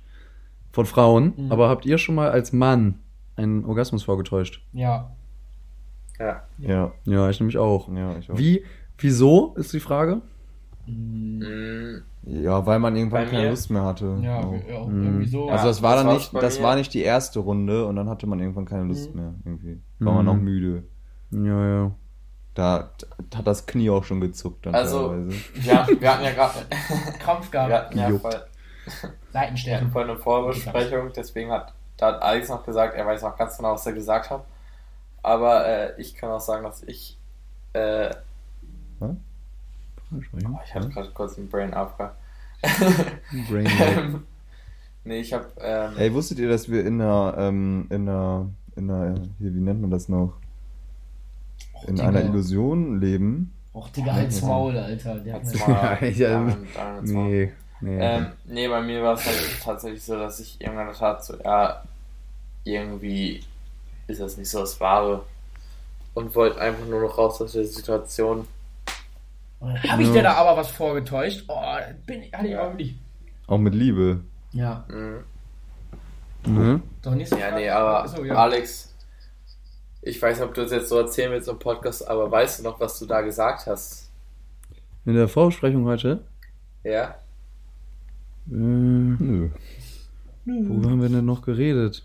[SPEAKER 2] Von Frauen.
[SPEAKER 4] Mhm.
[SPEAKER 2] Aber habt ihr schon mal als Mann einen Orgasmus vorgetäuscht?
[SPEAKER 4] Ja.
[SPEAKER 1] ja.
[SPEAKER 3] Ja,
[SPEAKER 2] Ja, ich nämlich auch.
[SPEAKER 3] ja, ich auch.
[SPEAKER 2] Wie, wieso ist die Frage?
[SPEAKER 1] Mm,
[SPEAKER 3] Ja, weil man irgendwann
[SPEAKER 1] Bei
[SPEAKER 3] keine
[SPEAKER 1] mir?
[SPEAKER 3] Lust mehr hatte.
[SPEAKER 4] Ja,
[SPEAKER 3] Oh.
[SPEAKER 4] ja
[SPEAKER 2] Mhm.
[SPEAKER 4] irgendwie so.
[SPEAKER 1] Ja,
[SPEAKER 3] Also das war
[SPEAKER 1] das
[SPEAKER 3] dann
[SPEAKER 1] war's
[SPEAKER 3] nicht,
[SPEAKER 1] bei
[SPEAKER 3] das
[SPEAKER 1] mir.
[SPEAKER 3] war nicht die erste Runde und dann hatte man irgendwann keine Lust
[SPEAKER 4] Mhm.
[SPEAKER 3] mehr irgendwie. War man
[SPEAKER 2] Mhm.
[SPEAKER 3] auch müde.
[SPEAKER 2] Ja, ja.
[SPEAKER 3] Da da hat das Knie auch schon gezuckt dann
[SPEAKER 1] Also-
[SPEAKER 3] teilweise.
[SPEAKER 1] ja, wir hatten ja gerade
[SPEAKER 4] Krampf
[SPEAKER 1] wir
[SPEAKER 4] gehabt.
[SPEAKER 1] hatten ja
[SPEAKER 2] Juckt.
[SPEAKER 1] voll, wir hatten
[SPEAKER 2] Mhm.
[SPEAKER 4] Seitenstärke.
[SPEAKER 1] voll eine
[SPEAKER 2] Genau.
[SPEAKER 1] Vorbesprechung, deswegen hat, da hat Alex noch gesagt, er weiß noch ganz genau, was er gesagt hat. Aber äh, ich kann auch sagen, dass ich äh, Oh, Ich hatte gerade kurz einen Brain After.
[SPEAKER 2] Brain
[SPEAKER 1] nee, ich habe ähm,
[SPEAKER 2] Äh,
[SPEAKER 3] Ey, wusstet ihr, dass wir in einer, ähm, in einer, in einer, hier, wie nennt man das noch? In
[SPEAKER 4] Digga.
[SPEAKER 3] einer Illusion leben?
[SPEAKER 4] Och, Digga, halt's Maul, Alter. Der hat
[SPEAKER 1] hat's
[SPEAKER 4] mir-
[SPEAKER 1] mal,
[SPEAKER 2] Ja, ich,
[SPEAKER 1] ja,
[SPEAKER 2] ähm,
[SPEAKER 1] dann- dann hat's mal.
[SPEAKER 2] nee, nee.
[SPEAKER 1] Ähm, nee, bei mir war es halt tatsächlich so, dass ich irgendwann das hatte, so, ja, irgendwie ist das nicht so das Wahre. Und wollte einfach nur noch raus aus der Situation.
[SPEAKER 4] Hab ich dir da aber was vorgetäuscht? Oh, bin ich, hatte ich aber wirklich.
[SPEAKER 3] Auch mit Liebe.
[SPEAKER 4] Ja.
[SPEAKER 1] Mhm.
[SPEAKER 2] ne?
[SPEAKER 4] Doch, nächste
[SPEAKER 1] Ja,
[SPEAKER 4] Frage.
[SPEAKER 1] nee, aber
[SPEAKER 4] Achso, ja.
[SPEAKER 1] Alex, ich weiß nicht, ob du das jetzt so erzählen willst im Podcast, aber weißt du noch, was du da gesagt hast?
[SPEAKER 2] In der Vorbesprechung heute,
[SPEAKER 1] Ja?
[SPEAKER 2] äh, worüber
[SPEAKER 3] Nö.
[SPEAKER 2] haben wir denn noch geredet?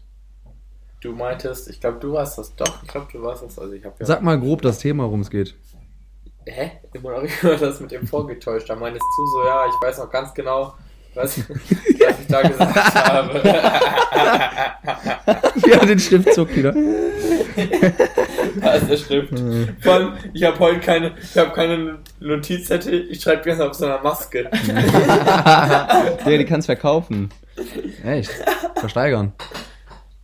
[SPEAKER 1] Du meintest, ich glaube, du warst das. Doch, ich glaube, du warst das. Also ich habe ja
[SPEAKER 2] Sag mal grob das Thema, worum es geht.
[SPEAKER 1] Hä? Immer noch immer das mit dem vorgetäuscht. Da meinst du so, ja, ich weiß noch ganz genau, was, was ich da gesagt habe.
[SPEAKER 2] ja, den Stiftzug wieder.
[SPEAKER 1] Da ist der Stift. Also, Vor allem, ich habe heute keine, ich habe keine Notizzettel, ich schreibe jetzt auf so einer Maske.
[SPEAKER 3] Ja, die kannst verkaufen.
[SPEAKER 2] Echt? Versteigern.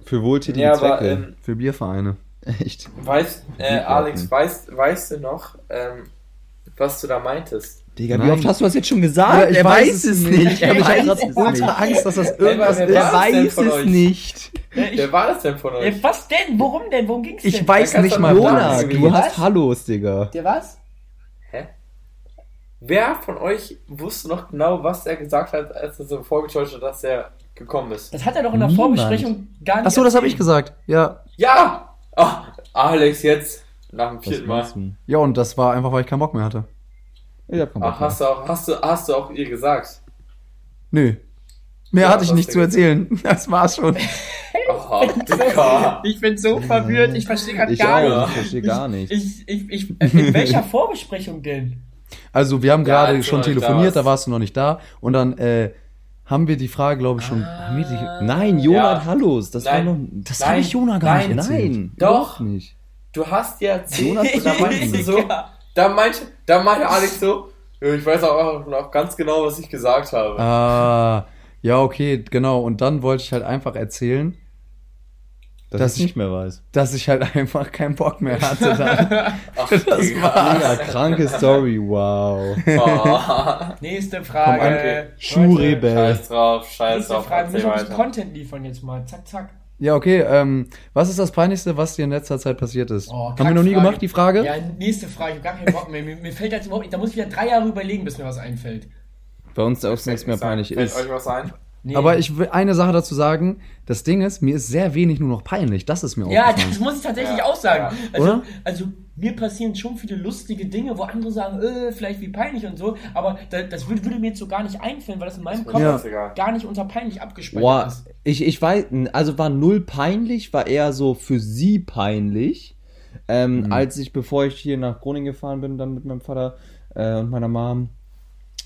[SPEAKER 3] Für wohltätige
[SPEAKER 1] Ja, aber
[SPEAKER 3] Zwecke.
[SPEAKER 1] ähm,
[SPEAKER 2] Für Biervereine.
[SPEAKER 3] Echt.
[SPEAKER 1] weißt, äh,
[SPEAKER 3] Liebgarten.
[SPEAKER 1] Alex, weißt, weißt du noch, ähm, was du da meintest?
[SPEAKER 3] Digga, wie
[SPEAKER 5] Nein.
[SPEAKER 3] oft hast du das jetzt schon gesagt?
[SPEAKER 2] Ja, ich
[SPEAKER 3] er
[SPEAKER 2] weiß
[SPEAKER 3] weiß,
[SPEAKER 2] es
[SPEAKER 3] es
[SPEAKER 2] nicht.
[SPEAKER 3] nicht.
[SPEAKER 2] Ja,
[SPEAKER 3] Er
[SPEAKER 2] ich hab
[SPEAKER 3] weiß
[SPEAKER 2] grad
[SPEAKER 3] es
[SPEAKER 2] ultra
[SPEAKER 3] nicht.
[SPEAKER 2] Angst, dass das
[SPEAKER 1] irgendwas
[SPEAKER 2] irgendwas
[SPEAKER 1] ist. ist.
[SPEAKER 3] Er
[SPEAKER 1] Was denn
[SPEAKER 3] weiß
[SPEAKER 1] von
[SPEAKER 3] es
[SPEAKER 1] euch?
[SPEAKER 3] nicht.
[SPEAKER 4] Ne, ich,
[SPEAKER 1] Wer war das denn von euch?
[SPEAKER 4] Ja, was denn? Worum denn? Worum ging's denn?
[SPEAKER 2] Ich weiß
[SPEAKER 1] Da kannst
[SPEAKER 2] nicht
[SPEAKER 1] du
[SPEAKER 2] mal,
[SPEAKER 1] doch
[SPEAKER 3] Jonas,
[SPEAKER 2] Jonas.
[SPEAKER 1] sagen,
[SPEAKER 3] du
[SPEAKER 1] Was?
[SPEAKER 3] hast Hallos, Digga.
[SPEAKER 4] Der was?
[SPEAKER 1] Hä? Wer von euch wusste noch genau, was er gesagt hat, als er so vorgetäuscht hat, dass er gekommen ist?
[SPEAKER 4] Das hat er doch in der
[SPEAKER 2] Niemand.
[SPEAKER 4] Vorbesprechung gar nicht.
[SPEAKER 2] Achso, das habe ich
[SPEAKER 4] erzählt.
[SPEAKER 2] gesagt. Ja.
[SPEAKER 1] Ja! Ah, Alex, jetzt. Nach dem
[SPEAKER 3] Was
[SPEAKER 1] vierten Mal.
[SPEAKER 3] machst du?
[SPEAKER 2] Ja, und das war einfach, weil ich keinen Bock mehr hatte.
[SPEAKER 3] Ich hab keinen
[SPEAKER 1] Ach,
[SPEAKER 3] Bock
[SPEAKER 1] hast du auch, hast du, hast du auch ihr gesagt?
[SPEAKER 2] Nö. Mehr
[SPEAKER 1] Ja,
[SPEAKER 2] hatte ich
[SPEAKER 1] was
[SPEAKER 2] nicht
[SPEAKER 1] denn
[SPEAKER 2] zu erzählen. Das war's schon.
[SPEAKER 1] Aha, Digga.
[SPEAKER 4] Ich bin so verwirrt, ich verstehe
[SPEAKER 3] mehr.
[SPEAKER 4] gerade
[SPEAKER 3] Ich
[SPEAKER 4] gar
[SPEAKER 3] auch,
[SPEAKER 1] nicht.
[SPEAKER 3] ich verstehe gar nicht.
[SPEAKER 4] nicht. Ich, ich, ich, in welcher Vorbesprechung denn?
[SPEAKER 2] Also wir haben gerade
[SPEAKER 1] als du
[SPEAKER 2] schon
[SPEAKER 1] noch nicht da
[SPEAKER 2] telefoniert, da
[SPEAKER 1] warst.
[SPEAKER 2] warst du noch nicht da. Und dann äh, haben wir die Frage, glaube ich, schon. haben wir die,
[SPEAKER 3] Nein, Jonas
[SPEAKER 1] Ah. Ja.
[SPEAKER 3] Hallos, das
[SPEAKER 1] Nein.
[SPEAKER 3] war noch.
[SPEAKER 2] das
[SPEAKER 1] Nein,
[SPEAKER 2] habe ich Jona gar
[SPEAKER 1] nein,
[SPEAKER 2] nicht erzählt.
[SPEAKER 3] Nein,
[SPEAKER 1] Doch.
[SPEAKER 3] überhaupt nicht.
[SPEAKER 1] Du hast ja erzählt,
[SPEAKER 3] Jonas,
[SPEAKER 1] und da meinst du so, da meinte, da meinte Alex so, "Ja, ich weiß auch noch ganz genau, was ich gesagt habe.
[SPEAKER 2] Ah, ja, okay, genau. Und dann wollte ich halt einfach erzählen,
[SPEAKER 3] Dass
[SPEAKER 2] Das-
[SPEAKER 3] ich nicht mehr weiß.
[SPEAKER 2] dass ich halt einfach keinen Bock mehr hatte. Da.
[SPEAKER 1] Ach,
[SPEAKER 2] das
[SPEAKER 3] Mega kranke Story, wow.
[SPEAKER 1] war's.
[SPEAKER 4] Nächste
[SPEAKER 1] Komm,
[SPEAKER 4] Frage.
[SPEAKER 1] Anke.
[SPEAKER 3] Schuhrebe.
[SPEAKER 1] Scheiß drauf, scheiß
[SPEAKER 4] Nächste
[SPEAKER 1] drauf.
[SPEAKER 4] Frage. Müssen wir uns
[SPEAKER 1] erzähl weiter.
[SPEAKER 4] Content liefern jetzt mal. Zack, zack.
[SPEAKER 2] Ja, okay. Ähm, was ist das Peinlichste, was dir in letzter Zeit passiert ist?
[SPEAKER 4] Oh,
[SPEAKER 2] haben wir noch nie
[SPEAKER 4] Kackfrage.
[SPEAKER 2] gemacht, die Frage?
[SPEAKER 4] Ja, nächste Frage. Ich hab gar keinen Bock mehr. Mir, mir fällt jetzt überhaupt nicht. Da muss ich wieder drei Jahre überlegen, bis mir was einfällt.
[SPEAKER 3] Bei uns auch nichts mehr peinlich
[SPEAKER 1] Fällt
[SPEAKER 3] ist.
[SPEAKER 1] euch was ein?
[SPEAKER 4] Nee.
[SPEAKER 2] Aber ich will eine Sache dazu sagen. Das Ding ist, mir ist sehr wenig nur noch peinlich. Das ist mir
[SPEAKER 4] Ja, das
[SPEAKER 2] aufgefallen.
[SPEAKER 4] muss ich tatsächlich
[SPEAKER 1] Ja,
[SPEAKER 4] auch sagen.
[SPEAKER 1] ja.
[SPEAKER 4] Also,
[SPEAKER 2] Oder?
[SPEAKER 4] also mir passieren schon viele lustige Dinge, wo andere sagen, äh, vielleicht wie peinlich und so, aber da, das würde, würde mir jetzt so gar nicht einfallen, weil das in meinem
[SPEAKER 1] mir
[SPEAKER 4] Kopf
[SPEAKER 1] scheißegal.
[SPEAKER 4] gar nicht unter peinlich abgespeichert
[SPEAKER 3] Boah,
[SPEAKER 4] ist.
[SPEAKER 3] ich, ich weiß, also war null peinlich, war eher so für sie peinlich. Ähm,
[SPEAKER 2] Mhm.
[SPEAKER 3] Als ich, bevor ich hier nach Groningen gefahren bin, dann mit meinem Vater äh, und meiner Mom,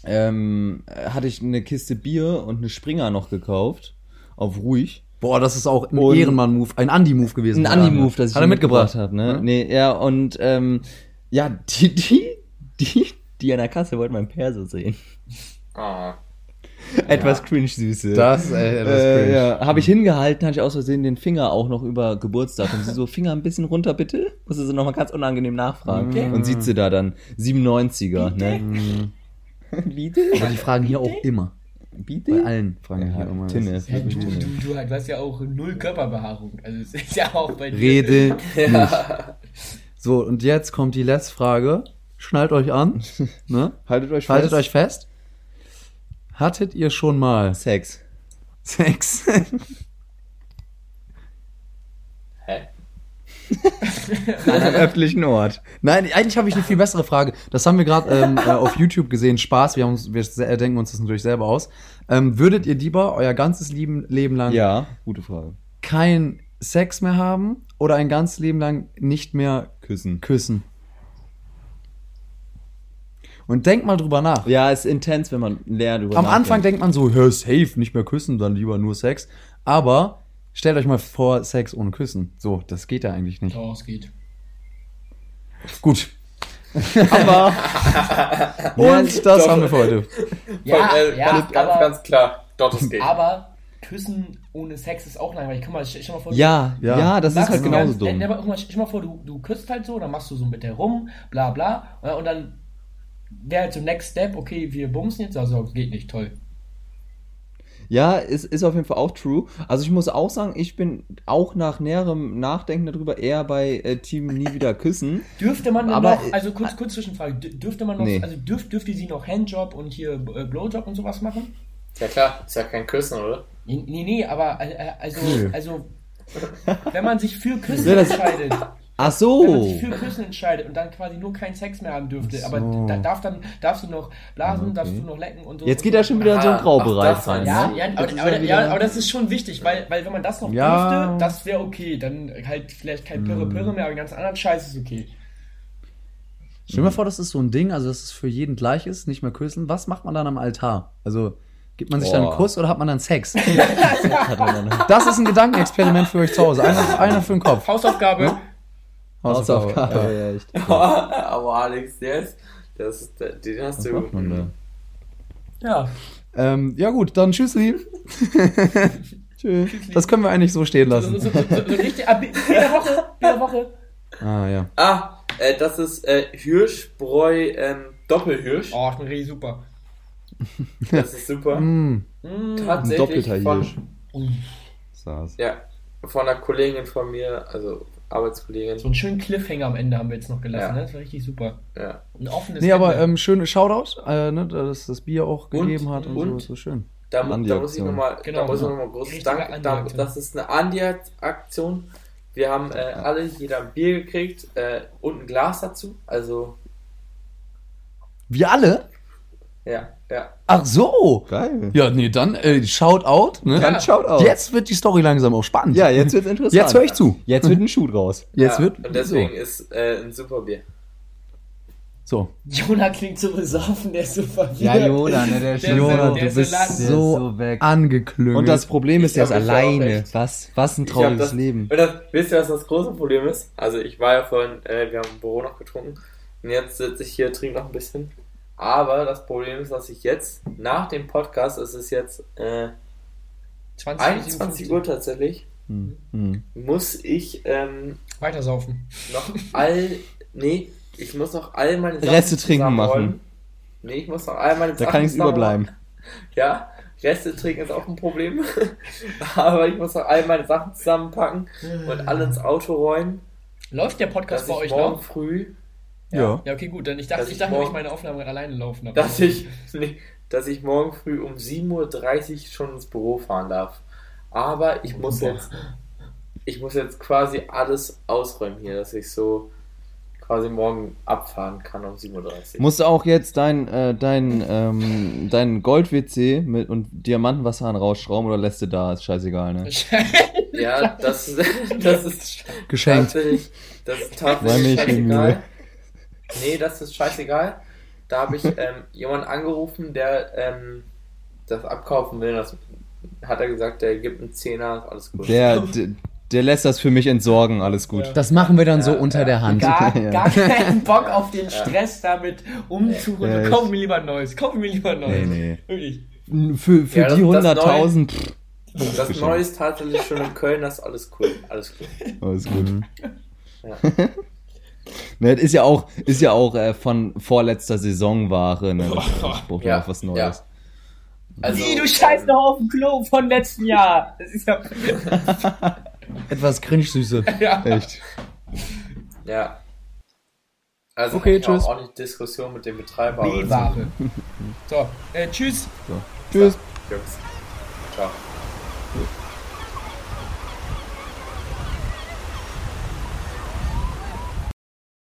[SPEAKER 3] ähm, äh, hatte ich eine Kiste Bier und eine Springer noch gekauft. Auf ruhig.
[SPEAKER 2] Boah, das ist auch ein
[SPEAKER 3] Und-
[SPEAKER 2] Ehrenmann-Move, ein Andi-Move gewesen.
[SPEAKER 3] Ein Andi-Move, das ich
[SPEAKER 2] Hat er
[SPEAKER 3] ihm
[SPEAKER 2] mitgebracht.
[SPEAKER 3] hat. Ne? Nee, ja, und ähm, ja, die, die, die, die an der Kasse wollten mein Perso sehen.
[SPEAKER 1] Ah.
[SPEAKER 3] Etwas cringe-süße.
[SPEAKER 2] Das, äh, das ist
[SPEAKER 3] Äh,
[SPEAKER 2] cringe. Mhm.
[SPEAKER 3] ja, habe ich hingehalten, hatte ich aus Versehen den Finger auch noch über Geburtstag. Und sie so, Finger ein bisschen runter, bitte. Musste sie nochmal ganz unangenehm nachfragen.
[SPEAKER 4] Bitte?
[SPEAKER 3] Und sieht sie da dann, 97er, ne?
[SPEAKER 2] Mhm.
[SPEAKER 3] Bitte?
[SPEAKER 2] Aber die fragen hier auch immer. Bei
[SPEAKER 3] Bitte?
[SPEAKER 2] allen fragen hier immer.
[SPEAKER 3] Ja, Tinne. ist
[SPEAKER 4] Ja, du,
[SPEAKER 3] wirklich
[SPEAKER 4] du,
[SPEAKER 3] Tinne.
[SPEAKER 4] du, du hast ja auch null Körperbehaarung. Also es ist ja auch bei dir.
[SPEAKER 2] Rede nicht. So, und jetzt kommt die letzte Frage. Schnallt euch an. Ne?
[SPEAKER 3] Haltet euch
[SPEAKER 2] Schaltet
[SPEAKER 3] fest.
[SPEAKER 2] euch fest. Hattet ihr schon mal
[SPEAKER 3] Sex.
[SPEAKER 2] Sex?
[SPEAKER 1] Hä?
[SPEAKER 3] An einem öffentlichen Ort.
[SPEAKER 2] Nein, eigentlich habe ich eine viel bessere Frage. Das haben wir gerade ähm, äh, auf YouTube gesehen. Spaß, wir, haben uns, wir se- äh, denken uns das natürlich selber aus. Ähm, würdet ihr lieber euer ganzes Leben, Leben lang
[SPEAKER 3] Ja, gute Frage.
[SPEAKER 2] kein Sex mehr haben oder ein ganzes Leben lang nicht mehr
[SPEAKER 3] Küssen.
[SPEAKER 2] küssen? Und denkt mal drüber nach.
[SPEAKER 3] Ja, ist intens, wenn man lernt über
[SPEAKER 2] Am Anfang denkt man so, hör, safe, nicht mehr küssen, dann lieber nur Sex. Aber stellt euch mal vor, Sex ohne Küssen. So, das geht ja eigentlich nicht.
[SPEAKER 4] Doch, es geht.
[SPEAKER 2] Gut. Aber. Und das
[SPEAKER 1] Doch.
[SPEAKER 2] haben wir für heute.
[SPEAKER 4] Ja,
[SPEAKER 1] Voll, äh,
[SPEAKER 4] ja,
[SPEAKER 1] ganz, ganz,
[SPEAKER 4] aber-
[SPEAKER 1] ganz klar. Doch, das geht.
[SPEAKER 4] Aber küssen ohne Sex ist auch langweilig. Guck mal, stell stell mal vor,
[SPEAKER 3] Ja, ja,
[SPEAKER 2] Ja.
[SPEAKER 3] das ist
[SPEAKER 4] Machst
[SPEAKER 3] halt
[SPEAKER 4] du
[SPEAKER 3] genauso
[SPEAKER 4] ganz-
[SPEAKER 3] dumm.
[SPEAKER 4] Ja, aber guck mal, stell dir mal vor, du, du küsst halt so, dann machst du so mit der rum, bla bla. ja, Und dann wäre halt so Next Step, okay, wir bumsen jetzt, also geht nicht, toll.
[SPEAKER 3] Ja, ist, ist auf jeden Fall auch true. Also ich muss auch sagen, ich bin auch nach näherem Nachdenken darüber eher bei äh, Team Nie wieder küssen.
[SPEAKER 4] Dürfte man denn
[SPEAKER 3] Aber- äh,
[SPEAKER 4] noch, also kurz, kurz Zwischenfrage, dür- dürfte man noch,
[SPEAKER 3] Nee.
[SPEAKER 4] also dürf, dürfte sie noch Handjob und hier äh, Blowjob und sowas machen?
[SPEAKER 1] Ist ja klar, ist ja kein Küssen, oder?
[SPEAKER 4] Nee, nee, nee aber äh, äh, also,
[SPEAKER 2] Nö.
[SPEAKER 4] also wenn man sich für Küssen
[SPEAKER 3] Ja, das-
[SPEAKER 4] entscheidet,
[SPEAKER 3] Ach
[SPEAKER 4] wenn man
[SPEAKER 3] so.
[SPEAKER 4] sich für Küssen entscheidet und dann quasi nur keinen Sex mehr haben dürfte,
[SPEAKER 2] Ach so.
[SPEAKER 4] aber da darf dann, darfst du noch blasen,
[SPEAKER 3] Okay.
[SPEAKER 4] darfst du noch lecken und so.
[SPEAKER 3] Jetzt
[SPEAKER 4] und
[SPEAKER 3] geht
[SPEAKER 4] so.
[SPEAKER 3] er schon wieder in so einen
[SPEAKER 1] Ah,
[SPEAKER 3] Graubereich
[SPEAKER 1] ach, das
[SPEAKER 3] rein.
[SPEAKER 4] Ja,
[SPEAKER 3] ne?
[SPEAKER 4] ja,
[SPEAKER 3] Das
[SPEAKER 4] aber,
[SPEAKER 3] ist
[SPEAKER 4] aber,
[SPEAKER 3] wieder-
[SPEAKER 4] ja, aber das ist schon wichtig, weil, weil wenn man das noch
[SPEAKER 2] Ja.
[SPEAKER 4] dürfte, das wäre okay. Dann halt vielleicht kein Pirre-Pirre mehr, aber den ganzen anderen Scheiß ist okay.
[SPEAKER 2] Stell dir mal vor, das ist so ein Ding, also dass es für jeden gleich ist, nicht mehr küssen. Was macht man dann am Altar? Also gibt man sich dann einen
[SPEAKER 3] Boah.
[SPEAKER 2] Kuss oder hat man dann Sex?
[SPEAKER 3] Hat er dann-
[SPEAKER 2] Das ist ein Gedankenexperiment für euch zu Hause. Einer, einer für den Kopf.
[SPEAKER 4] Hausaufgabe.
[SPEAKER 3] Hausaufgabe.
[SPEAKER 2] Ja.
[SPEAKER 3] Ja, echt.
[SPEAKER 1] Aber Alex, der ist. Das ist der- den hast
[SPEAKER 3] Was
[SPEAKER 1] du.
[SPEAKER 3] macht man da?
[SPEAKER 4] Ja.
[SPEAKER 2] Ähm, ja gut, dann tschüss, lieb. tschüss. Das können wir eigentlich so stehen
[SPEAKER 4] So, so,
[SPEAKER 2] lassen.
[SPEAKER 4] so, so, so richtig. Ah, Bier Bier der Woche. Bier der Woche.
[SPEAKER 2] Ah ja.
[SPEAKER 1] Ah, äh, das ist äh, Hirschbräu ähm, Doppelhirsch.
[SPEAKER 4] Oh, schmeckt richtig super. Hm.
[SPEAKER 1] Das ist super.
[SPEAKER 2] Mm.
[SPEAKER 3] Ein
[SPEAKER 1] Tatsächlich
[SPEAKER 3] doppelter
[SPEAKER 1] von,
[SPEAKER 3] Hirsch. Saß.
[SPEAKER 1] Ja, von einer Kollegin von mir, also
[SPEAKER 4] So
[SPEAKER 1] Arbeitskollegin.
[SPEAKER 4] einen schönen Cliffhanger am Ende haben wir jetzt noch gelassen,
[SPEAKER 1] Ja.
[SPEAKER 4] ne? Das war richtig super.
[SPEAKER 1] Ja.
[SPEAKER 4] Ein offenes
[SPEAKER 2] Nee, aber
[SPEAKER 4] Ende.
[SPEAKER 2] ähm, schöne Shoutout, äh, ne, dass das Bier auch gegeben hat und, so.
[SPEAKER 1] und-
[SPEAKER 2] Ist so schön.
[SPEAKER 1] Da, mu- da muss ich
[SPEAKER 3] Andi-Aktion.
[SPEAKER 1] nochmal
[SPEAKER 4] Genau,
[SPEAKER 1] da muss ich
[SPEAKER 4] genau.
[SPEAKER 1] noch mal großes
[SPEAKER 4] Richtige
[SPEAKER 1] Dank. Da,
[SPEAKER 4] Andi-Aktion.
[SPEAKER 1] das ist eine Andi-Aktion. Wir haben äh, alle jeder ein Bier gekriegt äh, und ein Glas dazu. Also,
[SPEAKER 2] Wir alle?
[SPEAKER 1] ja, ja.
[SPEAKER 2] Ach so.
[SPEAKER 3] Geil.
[SPEAKER 2] Ja, nee, dann äh, Shoutout. Ne?
[SPEAKER 3] Dann schaut aus.
[SPEAKER 2] Jetzt wird die Story langsam auch spannend.
[SPEAKER 3] Ja, jetzt wird's interessant.
[SPEAKER 2] Jetzt höre ich zu.
[SPEAKER 3] Jetzt wird ein Schuh draus.
[SPEAKER 2] Jetzt
[SPEAKER 1] ja,
[SPEAKER 2] wird.
[SPEAKER 1] Und deswegen ist äh, ein super Bier.
[SPEAKER 2] So.
[SPEAKER 4] Jonah klingt so besoffen, der ist so verwirrt.
[SPEAKER 3] ne,
[SPEAKER 4] Der ist so-
[SPEAKER 2] Jonah,
[SPEAKER 4] der
[SPEAKER 2] du
[SPEAKER 4] ist so
[SPEAKER 2] bist
[SPEAKER 4] latent.
[SPEAKER 3] der ist
[SPEAKER 2] so,
[SPEAKER 3] so weg.
[SPEAKER 2] angeklüngelt.
[SPEAKER 3] Und das Problem ist,
[SPEAKER 1] Ich
[SPEAKER 3] er ist
[SPEAKER 1] glaub, ich war auch
[SPEAKER 3] alleine.
[SPEAKER 1] echt.
[SPEAKER 3] Was, was ein
[SPEAKER 1] Ich
[SPEAKER 3] trauriges
[SPEAKER 1] hab das,
[SPEAKER 3] Leben.
[SPEAKER 1] Und das, wisst ihr, was das große Problem ist? Also, ich war ja vorhin, äh, wir haben im Büro noch getrunken. Und jetzt sitze ich hier, trinke noch ein bisschen. Aber das Problem ist, dass ich jetzt, nach dem Podcast, es ist jetzt äh,
[SPEAKER 4] 20,
[SPEAKER 1] 21 Uhr tatsächlich,
[SPEAKER 3] Hm, hm.
[SPEAKER 1] muss ich ähm,
[SPEAKER 4] Weitersaufen.
[SPEAKER 1] noch all. Nee, ich muss noch all meine
[SPEAKER 3] Reste trinken
[SPEAKER 1] zusammenräumen.
[SPEAKER 3] machen.
[SPEAKER 1] Nee, ich muss noch all meine
[SPEAKER 3] Da kann nichts
[SPEAKER 1] zusammenräumen.
[SPEAKER 3] überbleiben.
[SPEAKER 1] Ja, Reste trinken ist auch ein Problem. Aber ich muss noch all meine Sachen zusammenpacken und alle ins Auto räumen.
[SPEAKER 4] Äh. Läuft der Podcast
[SPEAKER 1] Dass
[SPEAKER 4] bei
[SPEAKER 1] ich
[SPEAKER 4] euch
[SPEAKER 1] morgen
[SPEAKER 4] noch?
[SPEAKER 1] früh.
[SPEAKER 2] Ja.
[SPEAKER 4] Ja, okay, gut. Dann ich dachte,
[SPEAKER 1] Dass
[SPEAKER 4] ich
[SPEAKER 1] ich
[SPEAKER 4] dachte, ich
[SPEAKER 1] morgen-
[SPEAKER 4] meine Aufnahmen gerade alleine laufen. aber-
[SPEAKER 1] Dass ich, nee, dass ich morgen früh um 7.30 Uhr schon ins Büro fahren darf. Aber ich muss jetzt. Ich muss jetzt quasi alles ausräumen hier, dass ich so quasi morgen abfahren kann um 7.30 Uhr.
[SPEAKER 3] Musst du auch jetzt dein, äh, dein, ähm, dein Gold-WC mit und Diamantenwasserhahn rausschrauben oder lässt du da? Ist scheißegal, ne?
[SPEAKER 1] Ja, das, das ist
[SPEAKER 2] Geschenkt.
[SPEAKER 1] tatsächlich, das ist
[SPEAKER 3] Weil
[SPEAKER 1] tatsächlich
[SPEAKER 3] mich
[SPEAKER 1] scheißegal. Nee, das ist scheißegal. Da habe ich ähm, jemanden angerufen, der ähm, das abkaufen will. Das hat er gesagt, der gibt einen Zehner, alles gut.
[SPEAKER 3] Der, der, der lässt das für mich entsorgen, alles gut.
[SPEAKER 4] Ja.
[SPEAKER 2] Das machen wir dann so
[SPEAKER 1] Ja,
[SPEAKER 2] unter
[SPEAKER 1] ja.
[SPEAKER 2] der Hand.
[SPEAKER 4] Gar,
[SPEAKER 3] Ja.
[SPEAKER 4] gar keinen Bock auf den
[SPEAKER 1] Ja.
[SPEAKER 4] Stress damit umzuholen.
[SPEAKER 3] Ja,
[SPEAKER 4] Ja,
[SPEAKER 3] ich-
[SPEAKER 4] Kauf mir lieber ein neues. Kauf mir lieber ein neues.
[SPEAKER 3] Nee,
[SPEAKER 4] Wirklich.
[SPEAKER 3] nee. Für, für
[SPEAKER 1] Ja, das-
[SPEAKER 3] die
[SPEAKER 1] das
[SPEAKER 3] 100.000, pff,
[SPEAKER 1] das Neue ist tatsächlich schon in Köln, das ist alles cool. Alles cool.
[SPEAKER 3] alles gut.
[SPEAKER 2] Mhm.
[SPEAKER 1] Ja.
[SPEAKER 3] Ne, das ist ja auch, ist ja auch äh, von vorletzter Saison Ware, ne? Ich brauche ja
[SPEAKER 1] Ja,
[SPEAKER 3] auch was Neues.
[SPEAKER 1] ja. Also,
[SPEAKER 4] Wie, du scheiß
[SPEAKER 1] ähm,
[SPEAKER 4] noch auf dem Klo von letzten Jahr. Das ist ja.
[SPEAKER 2] Etwas cringe-süße.
[SPEAKER 4] ja.
[SPEAKER 3] Echt.
[SPEAKER 1] Ja. Also,
[SPEAKER 2] Okay,
[SPEAKER 1] hatte ich
[SPEAKER 2] tschüss.
[SPEAKER 1] Auch ordentlich Diskussion mit dem Betreiber. aber das-
[SPEAKER 4] B-Ware. So, äh, tschüss.
[SPEAKER 3] Tschüss.
[SPEAKER 1] Jungs. Ciao.